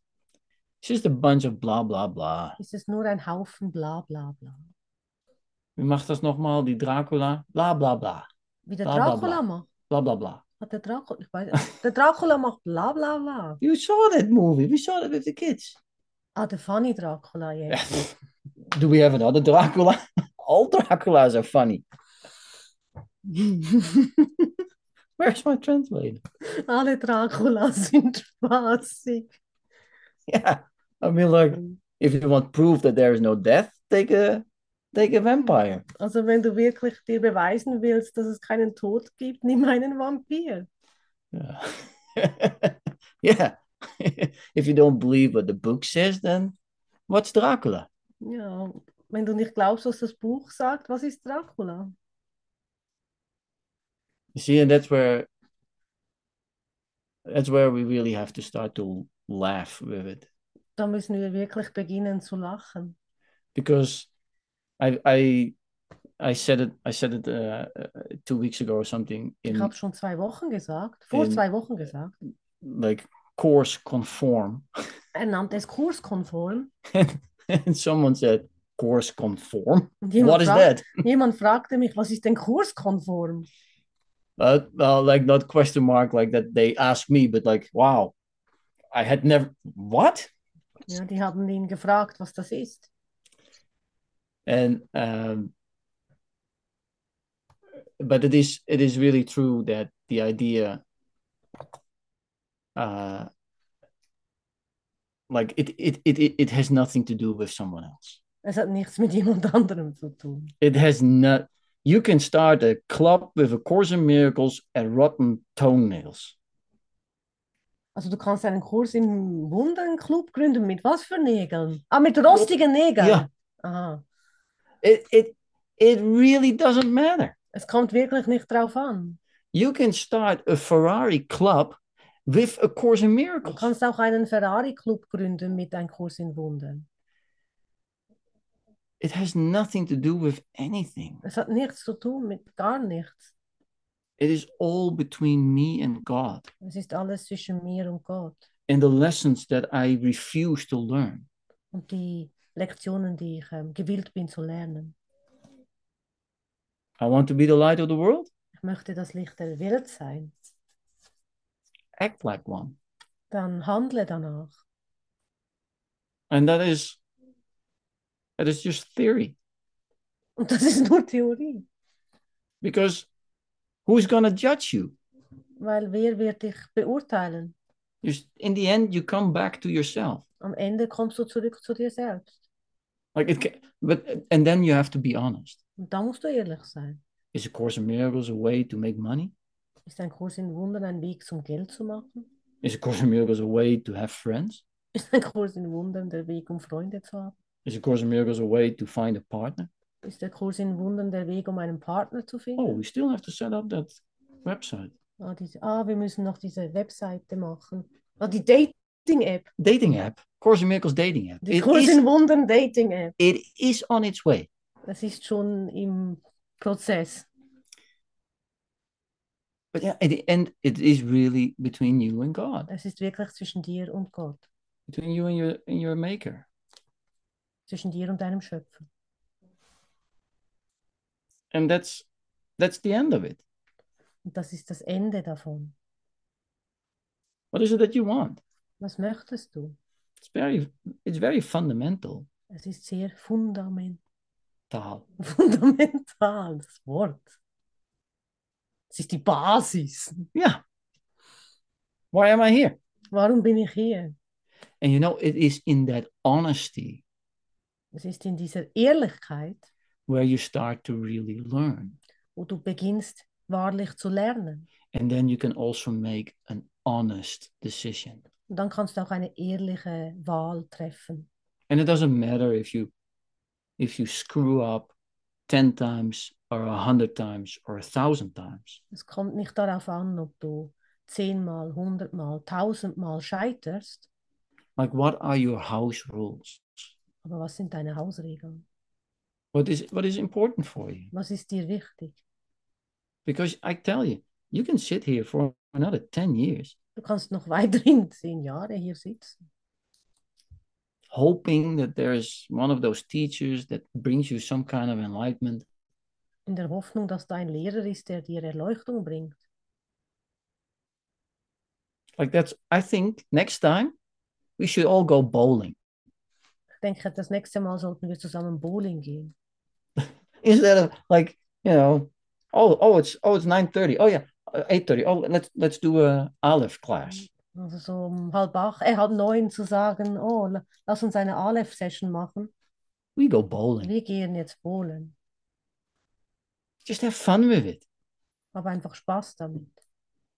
Speaker 2: it's just a bunch of blah blah blah.
Speaker 1: ist es nur ein Haufen bla bla bla.
Speaker 2: Wie mag das nochmal? Die Dracula? Bla bla bla.
Speaker 1: Wie der
Speaker 2: Bla, bla,
Speaker 1: Dracula
Speaker 2: bla.
Speaker 1: macht.
Speaker 2: Bla bla bla.
Speaker 1: Hat der Dracula, ich weiß, äh, der Dracula macht bla bla bla.
Speaker 2: You saw that movie. We saw that with the kids.
Speaker 1: Ah, der funny Dracula jetzt.
Speaker 2: Do we have another Dracula? All Draculas are funny. Where's my translator?
Speaker 1: Alle Draculas sind spaßig.
Speaker 2: Yeah. I mean, like, if you want proof that there is no death, take a take a vampire.
Speaker 1: Also wenn du wirklich dir beweisen willst, dass es keinen Tod gibt, nimm einen Vampir.
Speaker 2: Yeah. yeah. if you don't believe what the book says, then what's Dracula?
Speaker 1: Ja, wenn du nicht glaubst, was das Buch sagt, was ist Dracula?
Speaker 2: You see, and that's where that's where we really have to start to laugh with it.
Speaker 1: Da müssen wir wirklich beginnen zu lachen.
Speaker 2: because I I I said it I said it uh, uh, two weeks ago or something
Speaker 1: Ich
Speaker 2: in
Speaker 1: habe schon zwei Wochen gesagt, vor
Speaker 2: In-
Speaker 1: zwei Wochen gesagt.
Speaker 2: like course conform,
Speaker 1: Er nannte es kurskonform.
Speaker 2: and someone said course conform.
Speaker 1: Und jemand,
Speaker 2: what is
Speaker 1: frag-
Speaker 2: that?
Speaker 1: jemand fragte mich, was ist denn kurskonform?
Speaker 2: Uh, well, like not question mark like that. They asked me, but like wow, I had never what
Speaker 1: Ja, die haben ihn gefragt, was das ist.
Speaker 2: and um. But it is it is really true that the idea, uh, like it it it it it has nothing to do with someone else.
Speaker 1: Es hat nichts mit jemand anderem zu tun.
Speaker 2: It has not. You can start a club with a course in miracles and rotten toenails.
Speaker 1: Also du kannst einen Kurs im Wundenclub gründen mit was für Nägeln? Ah, mit rostigen Nägeln.
Speaker 2: Ja.
Speaker 1: Aha.
Speaker 2: It it it really doesn't matter.
Speaker 1: Es kommt wirklich nicht drauf an.
Speaker 2: You can start a Ferrari club with a course in
Speaker 1: Du
Speaker 2: miracles.
Speaker 1: kannst auch einen Ferrari-Club gründen mit einem Kurs in Wundern.
Speaker 2: It has nothing to do with anything.
Speaker 1: Es hat nichts zu tun mit gar nichts.
Speaker 2: It is all between me and God
Speaker 1: Es ist alles zwischen mir und Gott.
Speaker 2: and the lessons that I refuse to learn.
Speaker 1: Und die Lektionen, die ich ähm, gewillt bin zu lernen.
Speaker 2: I want to be the light of the world.
Speaker 1: Ich möchte das Licht der Welt sein.
Speaker 2: Act like one,
Speaker 1: Dann handle danach.
Speaker 2: and that is that is just theory.
Speaker 1: Und das ist nur Theorie.
Speaker 2: because who's going to judge you
Speaker 1: Weil wer wird dich beurteilen?
Speaker 2: you in the end you come back to yourself
Speaker 1: Am Ende kommst du zurück zu dir selbst.
Speaker 2: like it ca- but and then you have to be honest
Speaker 1: Und da musst du ehrlich sein.
Speaker 2: is a course in miracles a way to make money
Speaker 1: Ist ein Kurs in Wundern ein Weg, zum Geld zu machen?
Speaker 2: is a course in miracles a way to have friends
Speaker 1: Ist ein Kurs in Wundern der Weg, um Freunde zu haben?
Speaker 2: is a course in miracles a way to find a partner
Speaker 1: Ist der Kurs in Wundern der Weg, um einen Partner zu
Speaker 2: oh
Speaker 1: finden?
Speaker 2: we still have to set up that website
Speaker 1: Ah, diese, ah wir müssen noch diese Webseite machen. Ah, die Dating-App.
Speaker 2: dating app course in miracles dating app
Speaker 1: Die
Speaker 2: it
Speaker 1: Kurs
Speaker 2: is,
Speaker 1: in Wundern Dating-App.
Speaker 2: it is on its way
Speaker 1: Das ist schon im Prozess.
Speaker 2: but yeah at the end it is really between you and god
Speaker 1: Es ist wirklich zwischen dir und Gott.
Speaker 2: between you and your and your maker
Speaker 1: Zwischen dir und deinem Schöpfer.
Speaker 2: and that's that's the end of it
Speaker 1: Und das ist das Ende davon.
Speaker 2: what is it that you want
Speaker 1: Was möchtest du?
Speaker 2: It's very it's very fundamental
Speaker 1: Es ist sehr fundament
Speaker 2: taal.
Speaker 1: fundamental, das Wort. Es ist die Basis.
Speaker 2: Yeah. Why am I here?
Speaker 1: Warum bin ich hier?
Speaker 2: And you know, it is in that honesty
Speaker 1: Es ist in dieser Ehrlichkeit,
Speaker 2: where you start to really learn.
Speaker 1: wo du beginnst wahrlich zu lernen.
Speaker 2: And then you can also make an honest decision.
Speaker 1: Und dann kannst du auch eine ehrliche Wahl treffen.
Speaker 2: And it doesn't matter if you if you screw up 10 times or 100 times or 1000 times.
Speaker 1: Es kommt nicht darauf an, ob du zehnmal, hundertmal, tausendmal scheiterst,
Speaker 2: Like what are your house rules?
Speaker 1: aber was sind deine Hausregeln?
Speaker 2: What is what is important for you?
Speaker 1: Was ist dir wichtig?
Speaker 2: Because I tell you, you can sit here for another 10 years
Speaker 1: Du kannst noch weiterhin zehn Jahre hier sitzen,
Speaker 2: hoping that there's one of those teachers that brings you some kind of enlightenment
Speaker 1: in der Hoffnung, dass da ein Lehrer ist, der dir Erleuchtung bringt.
Speaker 2: Like that's I think next time we should all go bowling
Speaker 1: Ich denke, das nächste Mal sollten wir zusammen bowling gehen.
Speaker 2: instead of like you know oh oh it's oh it's nine thirty oh yeah eight thirty oh let's let's do a Aleph class
Speaker 1: Also so um halb acht, äh, halb neun zu sagen, oh, la- lass uns eine Aleph-Session machen.
Speaker 2: we go bowling
Speaker 1: Wir gehen jetzt bowlen.
Speaker 2: just have fun with it
Speaker 1: Hab einfach Spaß damit.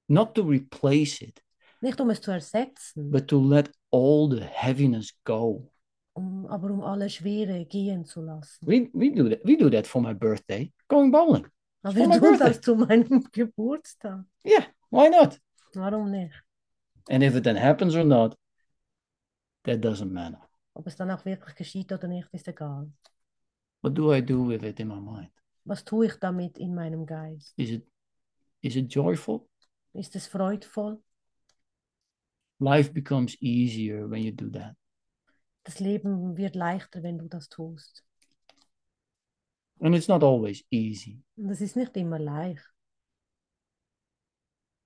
Speaker 2: not to replace it
Speaker 1: Nicht um es zu ersetzen,
Speaker 2: but to let all the heaviness go
Speaker 1: um, aber um alle Schwere gehen zu lassen.
Speaker 2: we we do that we do that for my birthday going bowling
Speaker 1: Aber
Speaker 2: for
Speaker 1: wir
Speaker 2: my
Speaker 1: tun
Speaker 2: birthday.
Speaker 1: das zu meinem Geburtstag.
Speaker 2: yeah why not
Speaker 1: Warum nicht?
Speaker 2: and if it then happens or not that doesn't matter
Speaker 1: Ob es dann auch wirklich geschieht oder nicht, ist egal.
Speaker 2: what do I do with it in my mind
Speaker 1: Was tue ich damit in meinem Geist?
Speaker 2: is it is it joyful
Speaker 1: Ist es freudvoll?
Speaker 2: life becomes easier when you do that.
Speaker 1: Das Leben wird leichter, wenn du das tust.
Speaker 2: And it's not always easy.
Speaker 1: Und das ist nicht immer leicht.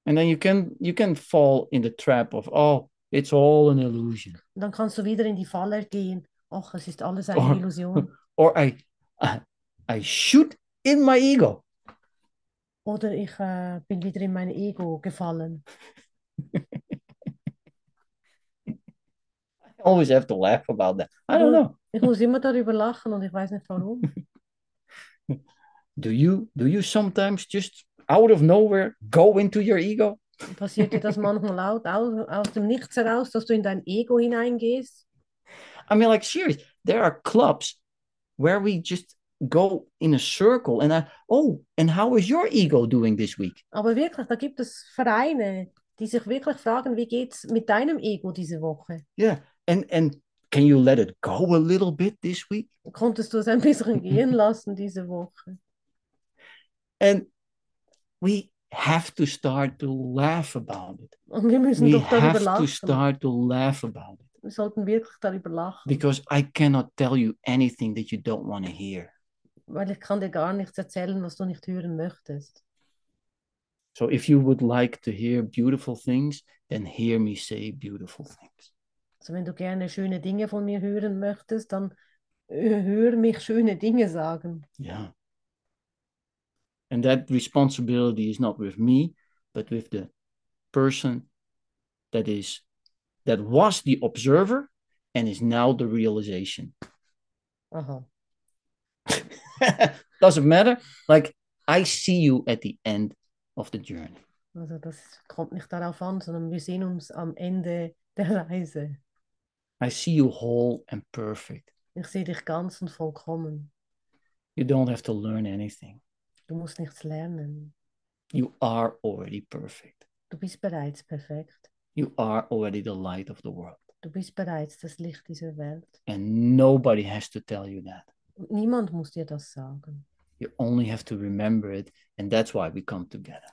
Speaker 2: And then you can you can fall in the trap of oh, it's all an illusion.
Speaker 1: Und dann kannst du wieder in die Falle gehen. Ach, es ist alles eine
Speaker 2: Oh.
Speaker 1: Illusion.
Speaker 2: Or I I, I shoot in my ego.
Speaker 1: Oder ich äh, bin wieder in mein Ego gefallen.
Speaker 2: I always have to laugh about that. I don't know.
Speaker 1: Ich muss immer darüber lachen und ich weiß nicht warum.
Speaker 2: Do you do you sometimes just out of nowhere go into your ego?
Speaker 1: Passiert dir das manchmal laut aus, aus dem Nichts heraus, dass du in dein Ego hineingehst?
Speaker 2: I mean like serious. There are clubs where we just go in a circle and I oh, and how is your ego doing this week?
Speaker 1: Aber wirklich, da gibt es Vereine, die sich wirklich fragen, wie geht's mit deinem Ego diese Woche?
Speaker 2: Yeah. And and can you let it go a little bit this week?
Speaker 1: Konntest du es ein bisschen gehen lassen diese Woche?
Speaker 2: And we have to start to laugh about it.
Speaker 1: Und wir müssen
Speaker 2: We
Speaker 1: doch darüber
Speaker 2: have to
Speaker 1: lachen.
Speaker 2: start to laugh about it
Speaker 1: Wir sollten wirklich darüber lachen,
Speaker 2: because I cannot tell you anything that you don't want to hear.
Speaker 1: weil ich kann dir gar nichts erzählen, was du nicht hören möchtest.
Speaker 2: So if you would like to hear beautiful things, then hear me say beautiful things.
Speaker 1: Also wenn du gerne schöne Dinge von mir hören möchtest, dann äh, hör mich schöne Dinge sagen.
Speaker 2: Yeah. And that responsibility is not with me, but with the person that is that was the observer and is now the realization.
Speaker 1: Aha.
Speaker 2: doesn't matter. Like I see you at the end of the journey.
Speaker 1: Also das kommt nicht darauf an, sondern wir sehen uns am Ende der Reise.
Speaker 2: I see you whole and perfect.
Speaker 1: Ich sehe dich ganz und vollkommen.
Speaker 2: You don't have to learn anything.
Speaker 1: Du musst nichts lernen.
Speaker 2: You are already perfect.
Speaker 1: Du bist bereits perfekt.
Speaker 2: You are already the light of the world.
Speaker 1: Du bist bereits das Licht dieser Welt.
Speaker 2: And nobody has to tell you that.
Speaker 1: Und niemand muss dir das sagen.
Speaker 2: You only have to remember it. And that's why we come together.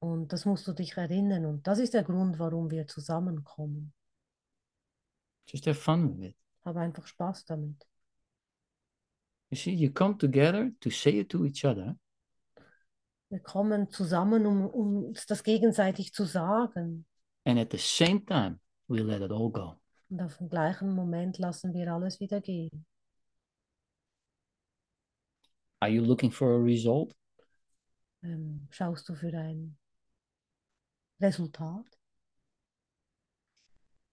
Speaker 1: Und das musst du dich erinnern. Und das ist der Grund, warum wir zusammenkommen.
Speaker 2: Just have fun with it.
Speaker 1: Hab einfach Spaß damit.
Speaker 2: You see, you come together to say it to each other.
Speaker 1: Wir kommen zusammen, um, um uns das gegenseitig zu sagen.
Speaker 2: And at the same time, we let it all go.
Speaker 1: Und auf den gleichen Moment lassen wir alles wieder gehen.
Speaker 2: Are you looking for a result?
Speaker 1: Ähm, schaust du für ein Resultat?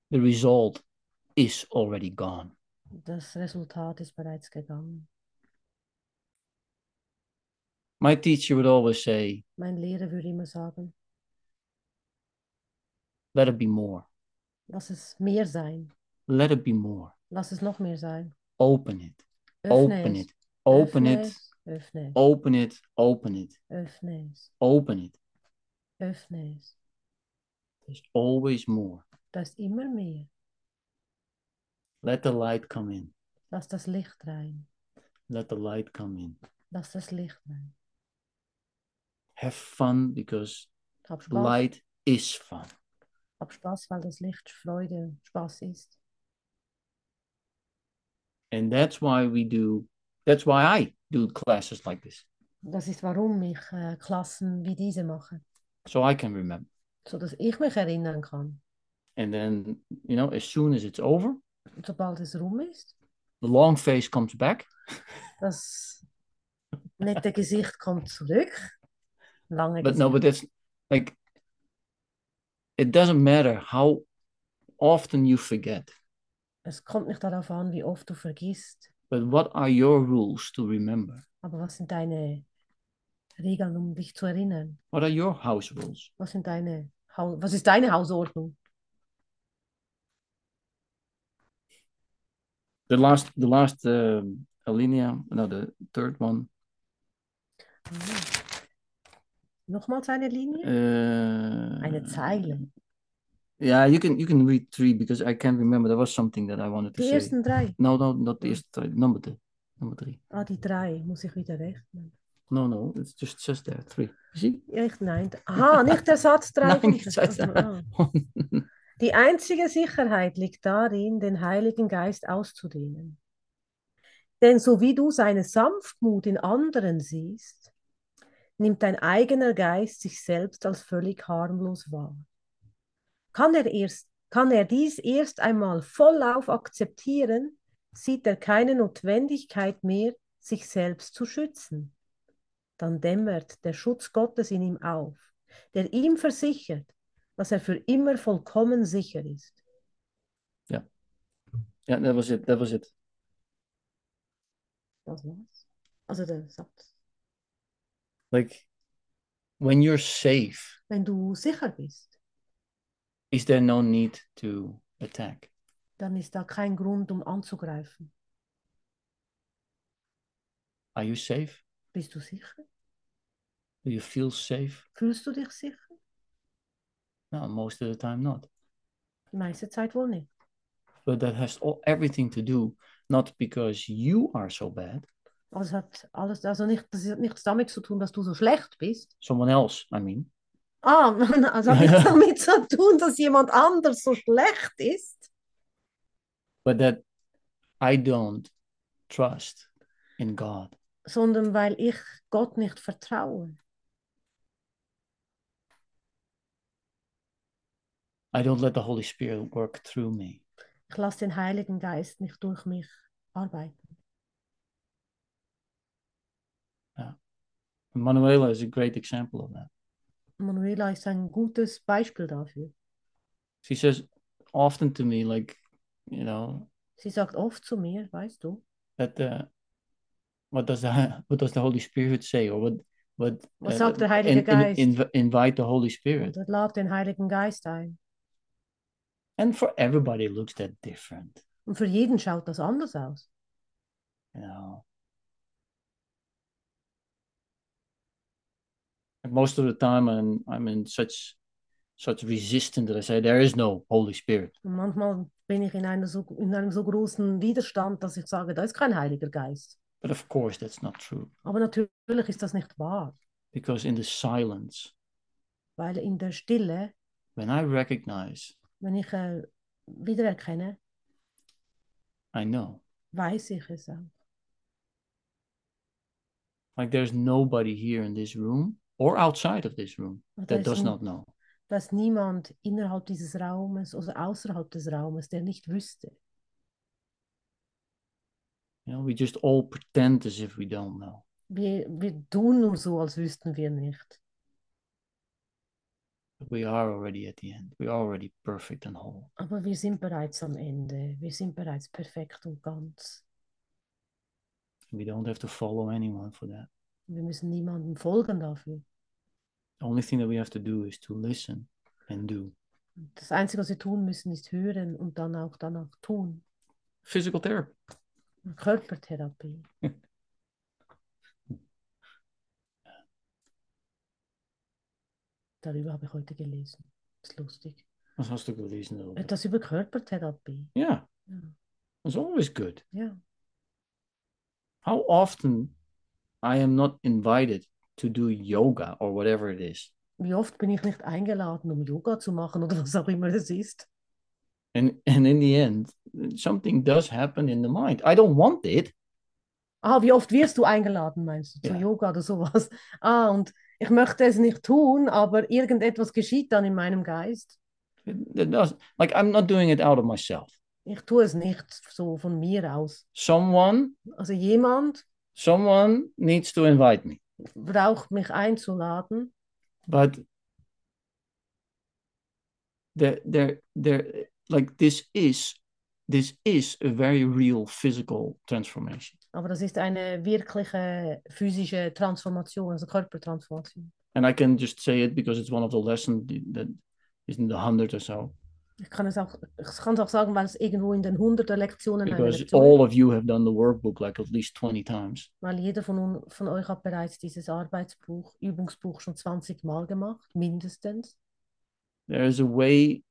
Speaker 2: The result is already gone.
Speaker 1: Das Resultat ist bereits gegangen.
Speaker 2: My teacher would always say,
Speaker 1: Mein Lehrer würde immer sagen,
Speaker 2: let it be more,
Speaker 1: lass es mehr sein.
Speaker 2: let it be more.
Speaker 1: Lass es noch mehr sein.
Speaker 2: Open it,
Speaker 1: Öffne
Speaker 2: open
Speaker 1: es.
Speaker 2: it, open
Speaker 1: öffne
Speaker 2: it,
Speaker 1: es. Öffne es.
Speaker 2: open it, open it,
Speaker 1: Öffne es.
Speaker 2: open it.
Speaker 1: Öffne es.
Speaker 2: There's always more.
Speaker 1: Da ist immer mehr.
Speaker 2: Let the light come in,
Speaker 1: Lass das Licht rein.
Speaker 2: let the light come in.
Speaker 1: Lass das Licht rein.
Speaker 2: Have fun because
Speaker 1: Hab Spaß.
Speaker 2: light is fun.
Speaker 1: Hab Spaß, weil das Licht Freude, Spaß ist.
Speaker 2: And that's why we do, that's why I do classes like this,
Speaker 1: Das ist, warum ich äh, Klassen wie diese mache,
Speaker 2: so I can remember.
Speaker 1: sodass ich mich erinnern kann.
Speaker 2: And then, you know, as soon as it's over,
Speaker 1: Und sobald es rum ist,
Speaker 2: the long face comes back.
Speaker 1: das nette Gesicht kommt zurück. Lange
Speaker 2: But no,
Speaker 1: Gesicht.
Speaker 2: but that's like, it doesn't matter how often you forget,
Speaker 1: Es kommt nicht darauf an, wie oft du vergisst,
Speaker 2: but what are your rules to remember?
Speaker 1: aber was sind deine Regeln, um dich zu erinnern?
Speaker 2: What are your house rules?
Speaker 1: Was sind deine Hau- was ist deine Hausordnung?
Speaker 2: The last, the last um, alinea, no, the third one.
Speaker 1: Ah. Nochmals eine Linie?
Speaker 2: Uh,
Speaker 1: Eine Zeile.
Speaker 2: Yeah, you can you can read three because I can't remember. There was something that I wanted to
Speaker 1: Die
Speaker 2: say.
Speaker 1: ersten drei.
Speaker 2: No, no, not the
Speaker 1: Mm.
Speaker 2: eerste three. Number three. Number three.
Speaker 1: Ah, die drei muss ich wieder rechnen.
Speaker 2: No, no, it's just just there. Three. Zie?
Speaker 1: Echt nein. Aha, nicht der Satz drei.
Speaker 2: Nein,
Speaker 1: Dinge.
Speaker 2: nicht Satz drei.
Speaker 1: Ah. Die einzige Sicherheit liegt darin, den Heiligen Geist auszudehnen. Denn so wie du seine Sanftmut in anderen siehst, nimmt dein eigener Geist sich selbst als völlig harmlos wahr. Kann er, erst, kann er dies erst einmal vollauf akzeptieren, sieht er keine Notwendigkeit mehr, sich selbst zu schützen. Dann dämmert der Schutz Gottes in ihm auf, der ihm versichert, dass er für immer vollkommen sicher ist.
Speaker 2: Yeah, that was it. That was it.
Speaker 1: Das war's. Also der Satz.
Speaker 2: Like when you're safe,
Speaker 1: Wenn du sicher bist,
Speaker 2: is there no need to attack?
Speaker 1: dann ist da kein Grund, um anzugreifen.
Speaker 2: Are you safe?
Speaker 1: Bist du sicher?
Speaker 2: Do you feel safe?
Speaker 1: Fühlst du dich sicher?
Speaker 2: No, most of the time not.
Speaker 1: Die meiste Zeit wohl nicht.
Speaker 2: But that has all everything to do not because you are so bad,
Speaker 1: Also es hat alles, also nicht, das hat nichts damit zu tun, dass du so schlecht bist.
Speaker 2: someone else, I mean.
Speaker 1: Ah, also hat nichts
Speaker 2: Ja.
Speaker 1: damit zu tun, dass jemand anders so schlecht ist.
Speaker 2: but that I don't trust in God.
Speaker 1: Sondern weil ich Gott nicht vertraue.
Speaker 2: I don't let the Holy Spirit work through me.
Speaker 1: Ich lasse den Heiligen Geist nicht durch mich arbeiten.
Speaker 2: Manuela is a great example of that.
Speaker 1: Manuela ist ein gutes Beispiel dafür.
Speaker 2: She says often to me, like, you know,
Speaker 1: Sie sagt oft zu mir, weißt du,
Speaker 2: that uh, what does the what does the Holy Spirit say, or what what uh,
Speaker 1: Wat zegt de Heilige
Speaker 2: in- in-
Speaker 1: Geist?
Speaker 2: inv- invite the Holy Spirit?
Speaker 1: das lad den Heiligen Geist ein.
Speaker 2: And for everybody, it looks that different,
Speaker 1: Und für jeden schaut das anders aus.
Speaker 2: you know. And most of the time, I'm I'm in such such resistance that I say there is no Holy Spirit.
Speaker 1: Und manchmal bin ich in, einer so, in einem so großen Widerstand, dass ich sage, da ist kein Heiliger Geist.
Speaker 2: But of course, that's not true
Speaker 1: Aber natürlich ist das nicht wahr,
Speaker 2: because in the silence,
Speaker 1: weil in der Stille,
Speaker 2: when I recognize,
Speaker 1: wenn ich äh, wiedererkenne,
Speaker 2: I know.
Speaker 1: weiß ich es auch.
Speaker 2: Like there's nobody here in this room or outside of this room
Speaker 1: Und da
Speaker 2: that
Speaker 1: ist,
Speaker 2: does
Speaker 1: n-
Speaker 2: not know.
Speaker 1: da ist niemand innerhalb dieses Raumes oder außerhalb des Raumes, der nicht wüsste.
Speaker 2: You know, we just all pretend as if we don't know.
Speaker 1: Wir, wir tun nur so, als wüssten wir nicht.
Speaker 2: We are already at the end. We are already perfect and whole.
Speaker 1: Aber wir sind bereits am Ende. Wir sind bereits perfekt und ganz.
Speaker 2: We don't have to follow anyone for that.
Speaker 1: Wir müssen niemandem folgen dafür.
Speaker 2: The only thing that we have to do is to listen and do.
Speaker 1: Das Einzige, was wir tun müssen, ist hören und dann auch danach tun.
Speaker 2: Physical therapy.
Speaker 1: Körpertherapie. Darüber habe ich heute gelesen. Ist lustig.
Speaker 2: Dat is hartstikke lezen. a little bit.
Speaker 1: Etwas über Körpertherapie.
Speaker 2: Yeah,
Speaker 1: Ja.
Speaker 2: it's always good.
Speaker 1: ja.
Speaker 2: How often I am not invited to do yoga or whatever it is.
Speaker 1: Wie oft bin ich nicht eingeladen, um Yoga zu machen oder was auch immer es ist?
Speaker 2: And and in the end, something does happen in the mind. I don't want it.
Speaker 1: Ah, wie oft wirst du eingeladen, meinst du, zu
Speaker 2: Ja.
Speaker 1: Yoga oder sowas? Ah, und ich möchte es nicht tun, aber irgendetwas geschieht dann in meinem Geist.
Speaker 2: It, it does. Like I'm not doing it out of myself.
Speaker 1: Ich tue es nicht so von mir aus.
Speaker 2: Someone
Speaker 1: Also jemand
Speaker 2: someone needs to invite me.
Speaker 1: braucht mich einzuladen.
Speaker 2: But there there there like this is this is a very real physical transformation.
Speaker 1: Aber das ist eine wirkliche physische Transformation, also Körpertransformation.
Speaker 2: and I can just say it because it's one of the lessons that is in the hundred or so.
Speaker 1: Ich kann es auch, ich kann es auch sagen, weil es irgendwo in den hunderten Lektionen eine
Speaker 2: Because
Speaker 1: Lektion
Speaker 2: all of you have done the workbook like at least twenty times.
Speaker 1: Weil jeder von, un- von euch hat bereits dieses Arbeitsbuch, Übungsbuch schon 20 Mal gemacht, mindestens.
Speaker 2: There is a way,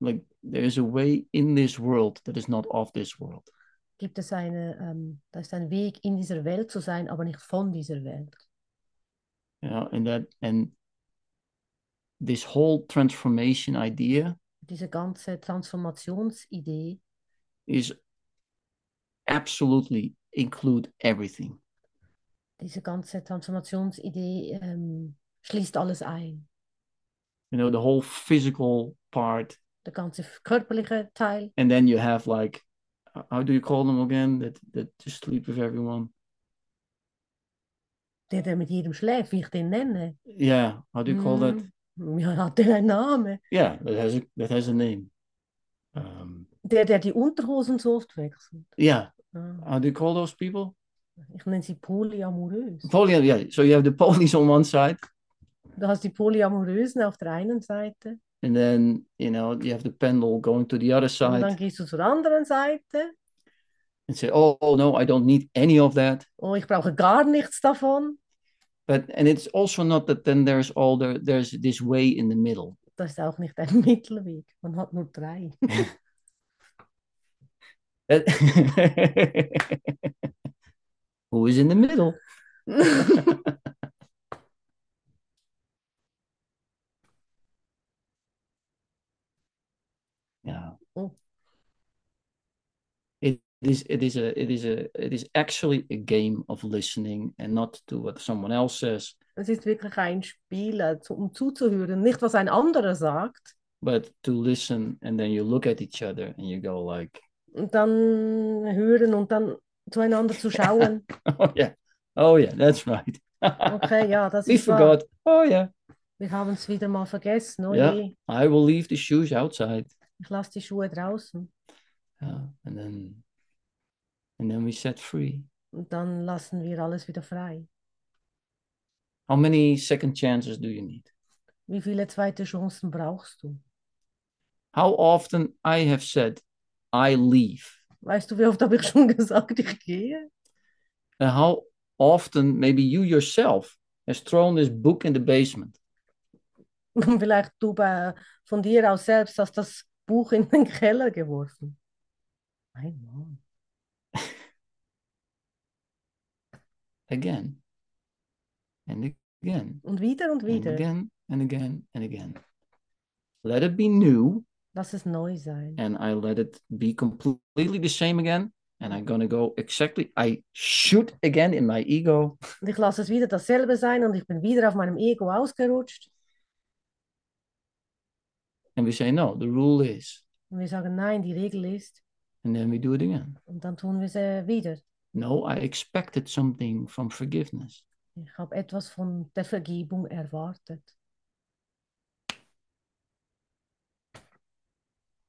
Speaker 2: like there is a way in this world that is not of this world.
Speaker 1: Gibt es eine, ähm, da ist ein Weg, in dieser Welt zu sein, aber nicht von dieser Welt.
Speaker 2: You know, and that and this whole transformation idea
Speaker 1: Diese ganze Transformationsidee
Speaker 2: is absolutely include everything.
Speaker 1: Diese ganze Transformationsidee ähm, schließt alles ein.
Speaker 2: You know, the whole physical part,
Speaker 1: Der ganze f- körperliche Teil.
Speaker 2: and then you have like h- how do you call them again? That that just sleep with everyone.
Speaker 1: Der, der mit jedem schläft, wie ich den nenne.
Speaker 2: Yeah, how do you call that?
Speaker 1: Mm, Ja, hat der einen Namen.
Speaker 2: Yeah, that has a that has a name. Um,
Speaker 1: Der, der die Unterhosen so oft wechselt.
Speaker 2: yeah,
Speaker 1: Ah,
Speaker 2: how do you call those people?
Speaker 1: ich nenne sie polyamorös.
Speaker 2: Poly. Yeah, so you have the police on one side,
Speaker 1: Du hast die Polyamorösen auf der einen Seite
Speaker 2: and then you know you have the pendle going to the other
Speaker 1: und dann
Speaker 2: side
Speaker 1: gehst du zur anderen Seite.
Speaker 2: and say, "Oh, oh, no, I don't need any of that."
Speaker 1: Oh, ich brauche gar nichts davon.
Speaker 2: But and it's also not that then there's all the there's this way in the middle.
Speaker 1: Das ist auch nicht ein Mittelweg. Man hat nur drei.
Speaker 2: That- Who is in the middle? Yeah.
Speaker 1: Oh.
Speaker 2: It is it is a it is a it is actually a game of listening and not to what someone else says,
Speaker 1: Es ist wirklich ein Spiel, äh, zu- um zuzuhören. Nicht, was ein anderer sagt.
Speaker 2: but to listen and then you look at each other and you go like,
Speaker 1: Und dann hören und dann zueinander zu schauen.
Speaker 2: Oh yeah, oh yeah, that's right.
Speaker 1: Okay, ja, das
Speaker 2: We
Speaker 1: ist wahr.
Speaker 2: forgot. Oh yeah.
Speaker 1: Wir haben es wieder mal vergessen. Oh
Speaker 2: Ja.
Speaker 1: je,
Speaker 2: I will leave the shoes outside.
Speaker 1: ich lasse die Schuhe draußen.
Speaker 2: Yeah. And then and then we set free.
Speaker 1: Und dann lassen wir alles wieder frei.
Speaker 2: How many second chances do you need?
Speaker 1: Wie viele zweite Chancen brauchst du?
Speaker 2: How often I have said I leave
Speaker 1: Weißt du, wie oft habe ich schon gesagt, ich gehe?
Speaker 2: and how often maybe you yourself has thrown this book in the basement
Speaker 1: Und vielleicht du bei, von dir aus selbst hast das Buch in den Keller geworfen. Mein Mann.
Speaker 2: again and again
Speaker 1: Und wieder und
Speaker 2: and
Speaker 1: wieder.
Speaker 2: again and again and again let it be new
Speaker 1: Lass es neu sein.
Speaker 2: and i let it be completely the same again and i'm gonna go exactly i shoot again in my ego
Speaker 1: Und ich lasse es wieder dasselbe sein und ich bin wieder auf meinem Ego ausgerutscht.
Speaker 2: and we say no the rule is
Speaker 1: Und wir sagen, nein, die Regel ist.
Speaker 2: and then we do it again
Speaker 1: Und dann tun wir es äh, wieder.
Speaker 2: no i expected something from forgiveness
Speaker 1: Ich habe etwas von der Vergebung erwartet.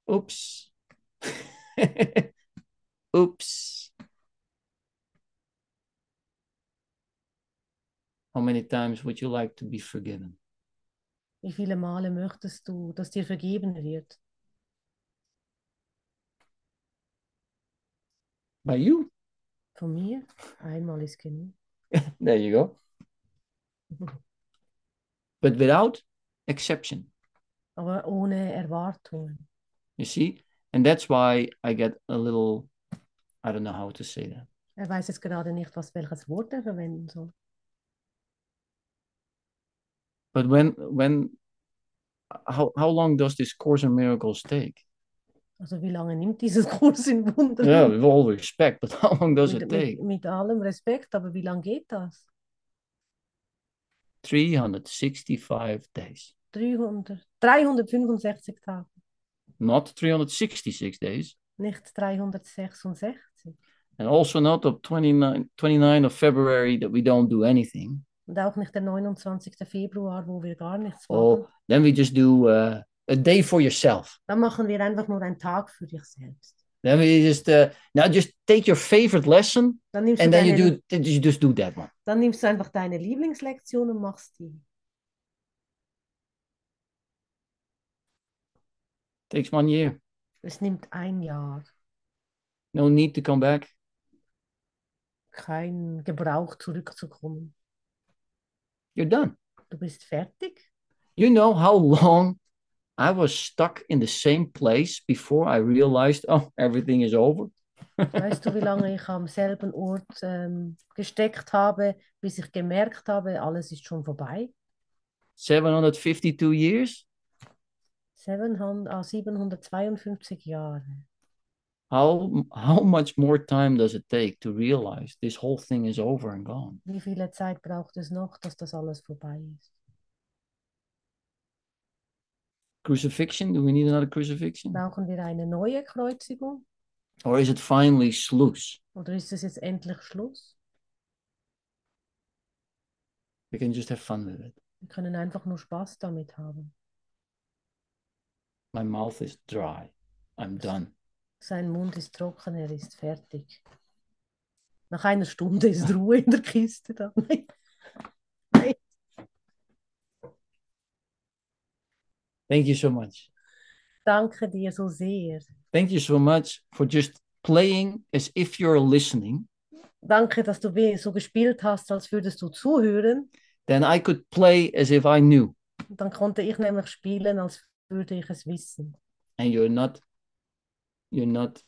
Speaker 2: Oops. Oops. How many times would you like to be forgiven?
Speaker 1: Wie viele Male möchtest du, dass dir vergeben wird?
Speaker 2: By you.
Speaker 1: Von mir? Einmal ist genug.
Speaker 2: There you go. But without exception.
Speaker 1: Aber ohne Erwartungen.
Speaker 2: You see? And that's why I get a little, I don't know how to say that.
Speaker 1: Er weiß jetzt gerade nicht, was welches Wort er verwenden soll.
Speaker 2: But when, when, how, how long does this Course in Miracles take?
Speaker 1: Also wie lange nimmt dieses Kurs in Wundern?
Speaker 2: Yeah, with all respect, but how long does
Speaker 1: mit,
Speaker 2: it take?
Speaker 1: mit, mit allem Respekt, aber wie lange geht das?
Speaker 2: 365 days.
Speaker 1: 300, 365 Tage,
Speaker 2: Not 366 days.
Speaker 1: nicht 366.
Speaker 2: And also not of 29, 29 of February that we don't do anything.
Speaker 1: Und auch nicht der 29. Februar, wo wir gar nichts machen.
Speaker 2: Well, then we just do uh, a day for yourself.
Speaker 1: Dann machen wir einfach nur einen Tag für dich selbst.
Speaker 2: Then we just uh, now just take your favorite lesson
Speaker 1: Dann nimmst, du
Speaker 2: and then you
Speaker 1: deine,
Speaker 2: do you just do that one.
Speaker 1: dann nimmst du einfach deine Lieblingslektion und machst die.
Speaker 2: Takes one year.
Speaker 1: Es nimmt ein Jahr.
Speaker 2: No need to come back.
Speaker 1: Kein Gebrauch zurückzukommen.
Speaker 2: You're done.
Speaker 1: Du bist fertig.
Speaker 2: You know how long I was stuck in the same place before I realized oh everything is over.
Speaker 1: Weißt du, wie lange ich am selben Ort ähm, gesteckt habe, bis ich gemerkt habe, alles ist schon vorbei?
Speaker 2: 752 years.
Speaker 1: 700, ah, 752 Jahre.
Speaker 2: How how much more time does it take to realize this whole thing is over and gone?
Speaker 1: Wie viele Zeit braucht es noch, dass das alles vorbei ist?
Speaker 2: Crucifixion? Do we need another crucifixion?
Speaker 1: Brauchen wir eine neue Kreuzigung
Speaker 2: Or is it finally sluice?
Speaker 1: oder ist es jetzt endlich Schluss?
Speaker 2: We can just have fun with it.
Speaker 1: Wir können einfach nur Spaß damit haben.
Speaker 2: My mouth is dry. I'm done.
Speaker 1: Sein Mund ist trocken, er ist fertig. Nach einer Stunde ist Ruhe in der Kiste da. Nein.
Speaker 2: Thank you so much.
Speaker 1: Danke dir so sehr.
Speaker 2: Thank you so much for just playing as if you're listening.
Speaker 1: Danke, dass du we- so gespielt hast, als würdest du zuhören.
Speaker 2: Then I could play as if I knew.
Speaker 1: Dann konnte ich nämlich spielen, als würde ich es wissen.
Speaker 2: And you're not you're not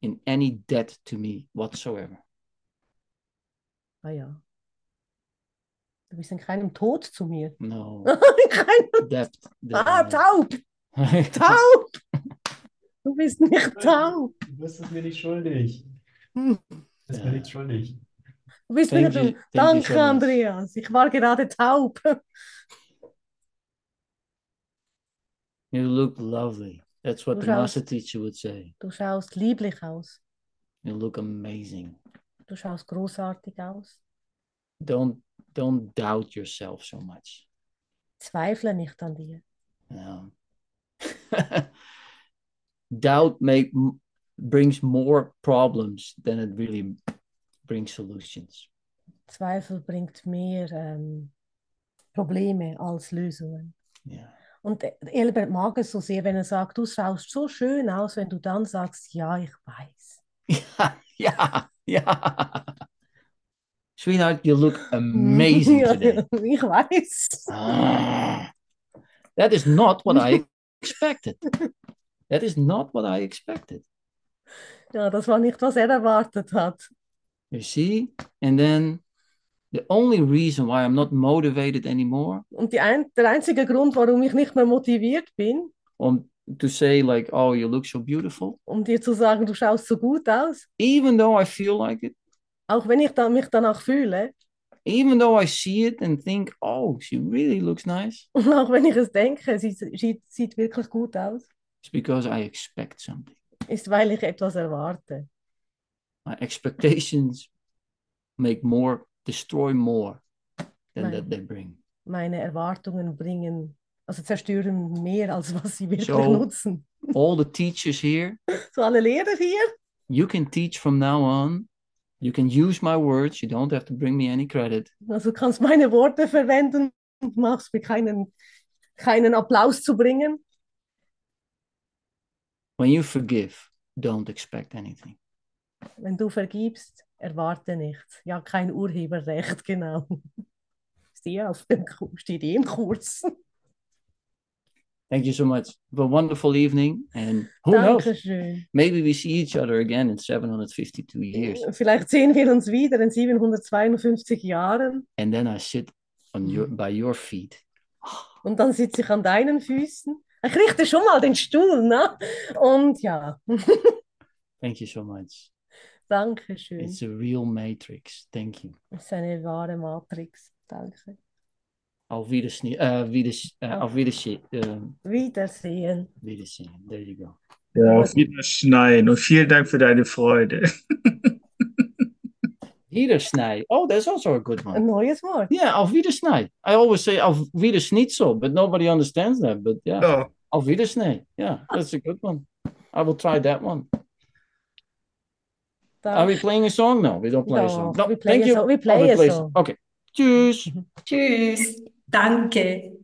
Speaker 2: in any debt to me whatsoever.
Speaker 1: Ah ja. Du bist in keinem Tod zu mir.
Speaker 2: No
Speaker 1: in keinem
Speaker 2: debt. debt
Speaker 1: Ah,
Speaker 2: no.
Speaker 1: taub, taub. Du bist nicht taub.
Speaker 3: Du bist es mir nicht schuldig.
Speaker 1: Hm.
Speaker 3: Das ist
Speaker 2: Ja.
Speaker 3: mir nicht schuldig.
Speaker 1: Du bist
Speaker 2: Thank
Speaker 1: nicht
Speaker 2: you-
Speaker 1: taub.
Speaker 2: thank you so
Speaker 1: Danke,
Speaker 2: much.
Speaker 1: Andreas. Ich war gerade taub.
Speaker 2: you look lovely. That's what the
Speaker 1: Hoezo?
Speaker 2: master teacher would say.
Speaker 1: Du schaust lieblich aus.
Speaker 2: You look amazing.
Speaker 1: Du schaust großartig aus.
Speaker 2: Don't don't doubt yourself so much. You
Speaker 1: Zweifle nicht an dir.
Speaker 2: know? doubt make m- brings more problems than it really brings solutions.
Speaker 1: Zweifel bringt mehr ähm, Probleme als Lösungen.
Speaker 2: Yeah.
Speaker 1: Und äh, Elbert mag es so sehr, wenn er sagt, du schaust so schön aus, wenn du dann sagst, ja, ich weiß.
Speaker 2: Yeah, yeah, yeah. Sweetheart, you look amazing
Speaker 1: Ja,
Speaker 2: today.
Speaker 1: ich weiß.
Speaker 2: Ah, that is not what I expected. That is not what I expected.
Speaker 1: Ja, das war nicht, was er erwartet hat.
Speaker 2: You see? And then the only reason why I'm not motivated anymore
Speaker 1: Und die ein, der einzige Grund, warum ich nicht mehr motiviert bin,
Speaker 2: on to say like, oh, you look so beautiful,
Speaker 1: um dir zu sagen, du schaust so gut aus,
Speaker 2: even though I feel like it,
Speaker 1: auch wenn ich dann, mich danach fühle,
Speaker 2: even though I see it and think, oh, she really looks nice,
Speaker 1: und auch wenn ich es denke, sie sieht, sieht wirklich gut aus,
Speaker 2: it's because I expect something.
Speaker 1: ist, weil ich etwas erwarte.
Speaker 2: My expectations make more, destroy more than
Speaker 1: Right.
Speaker 2: that they bring.
Speaker 1: Meine Erwartungen bringen Also zerstören mehr, als was sie wirklich
Speaker 2: So.
Speaker 1: nutzen.
Speaker 2: All the teachers here,
Speaker 1: So alle Lehrer hier,
Speaker 2: you can teach from now on. You can use my words. You don't have to bring me any credit.
Speaker 1: also du kannst meine Worte verwenden und machst mir keinen, keinen Applaus zu bringen.
Speaker 2: When you forgive, don't expect anything.
Speaker 1: Wenn du vergibst, erwarte nichts. Ja, kein Urheberrecht, genau. Steht auf dem Ku- steht eh im Kurs.
Speaker 2: Thank you so much. Have a wonderful evening. And who knows?
Speaker 1: Dankeschön.
Speaker 2: Maybe we see each other again in 752 years.
Speaker 1: Vielleicht sehen wir uns wieder in 752 Jahren
Speaker 2: And then I sit on your, by your feet.
Speaker 1: und dann sitze ich an deinen Füßen. Ich richte schon mal den Stuhl, ne? Und ja,
Speaker 2: Thank you so much.
Speaker 1: Dankeschön.
Speaker 2: It's a real matrix. Thank you.
Speaker 1: Das ist eine wahre Matrix. Danke.
Speaker 2: Auf Wiedersehen. Uh, Wieders, uh, Auf Wiedersehen. ähm,
Speaker 1: Wiedersehen.
Speaker 2: Wiedersehen. There you go.
Speaker 3: Ja, auf Wiederschneiden und vielen Dank für deine Freude.
Speaker 2: Wiedersnij. Oh, that's also a good
Speaker 1: Ein
Speaker 2: one.
Speaker 1: neues Wort.
Speaker 2: Yeah, auf Wiedersnij. I always say auf Wiedersnitzel, but nobody understands that. But yeah,
Speaker 3: Ja.
Speaker 2: auf Wiedersnij. Yeah, that's a good one. I will try that one. Are
Speaker 1: Danke.
Speaker 2: we playing a song? No, we don't play a song.
Speaker 1: No,
Speaker 2: No,
Speaker 1: we play
Speaker 2: thank
Speaker 1: a
Speaker 2: you.
Speaker 1: song- we
Speaker 2: Oh,
Speaker 1: play a
Speaker 2: play
Speaker 1: song.
Speaker 2: Okay. Tschüss.
Speaker 4: Tschüss. Danke.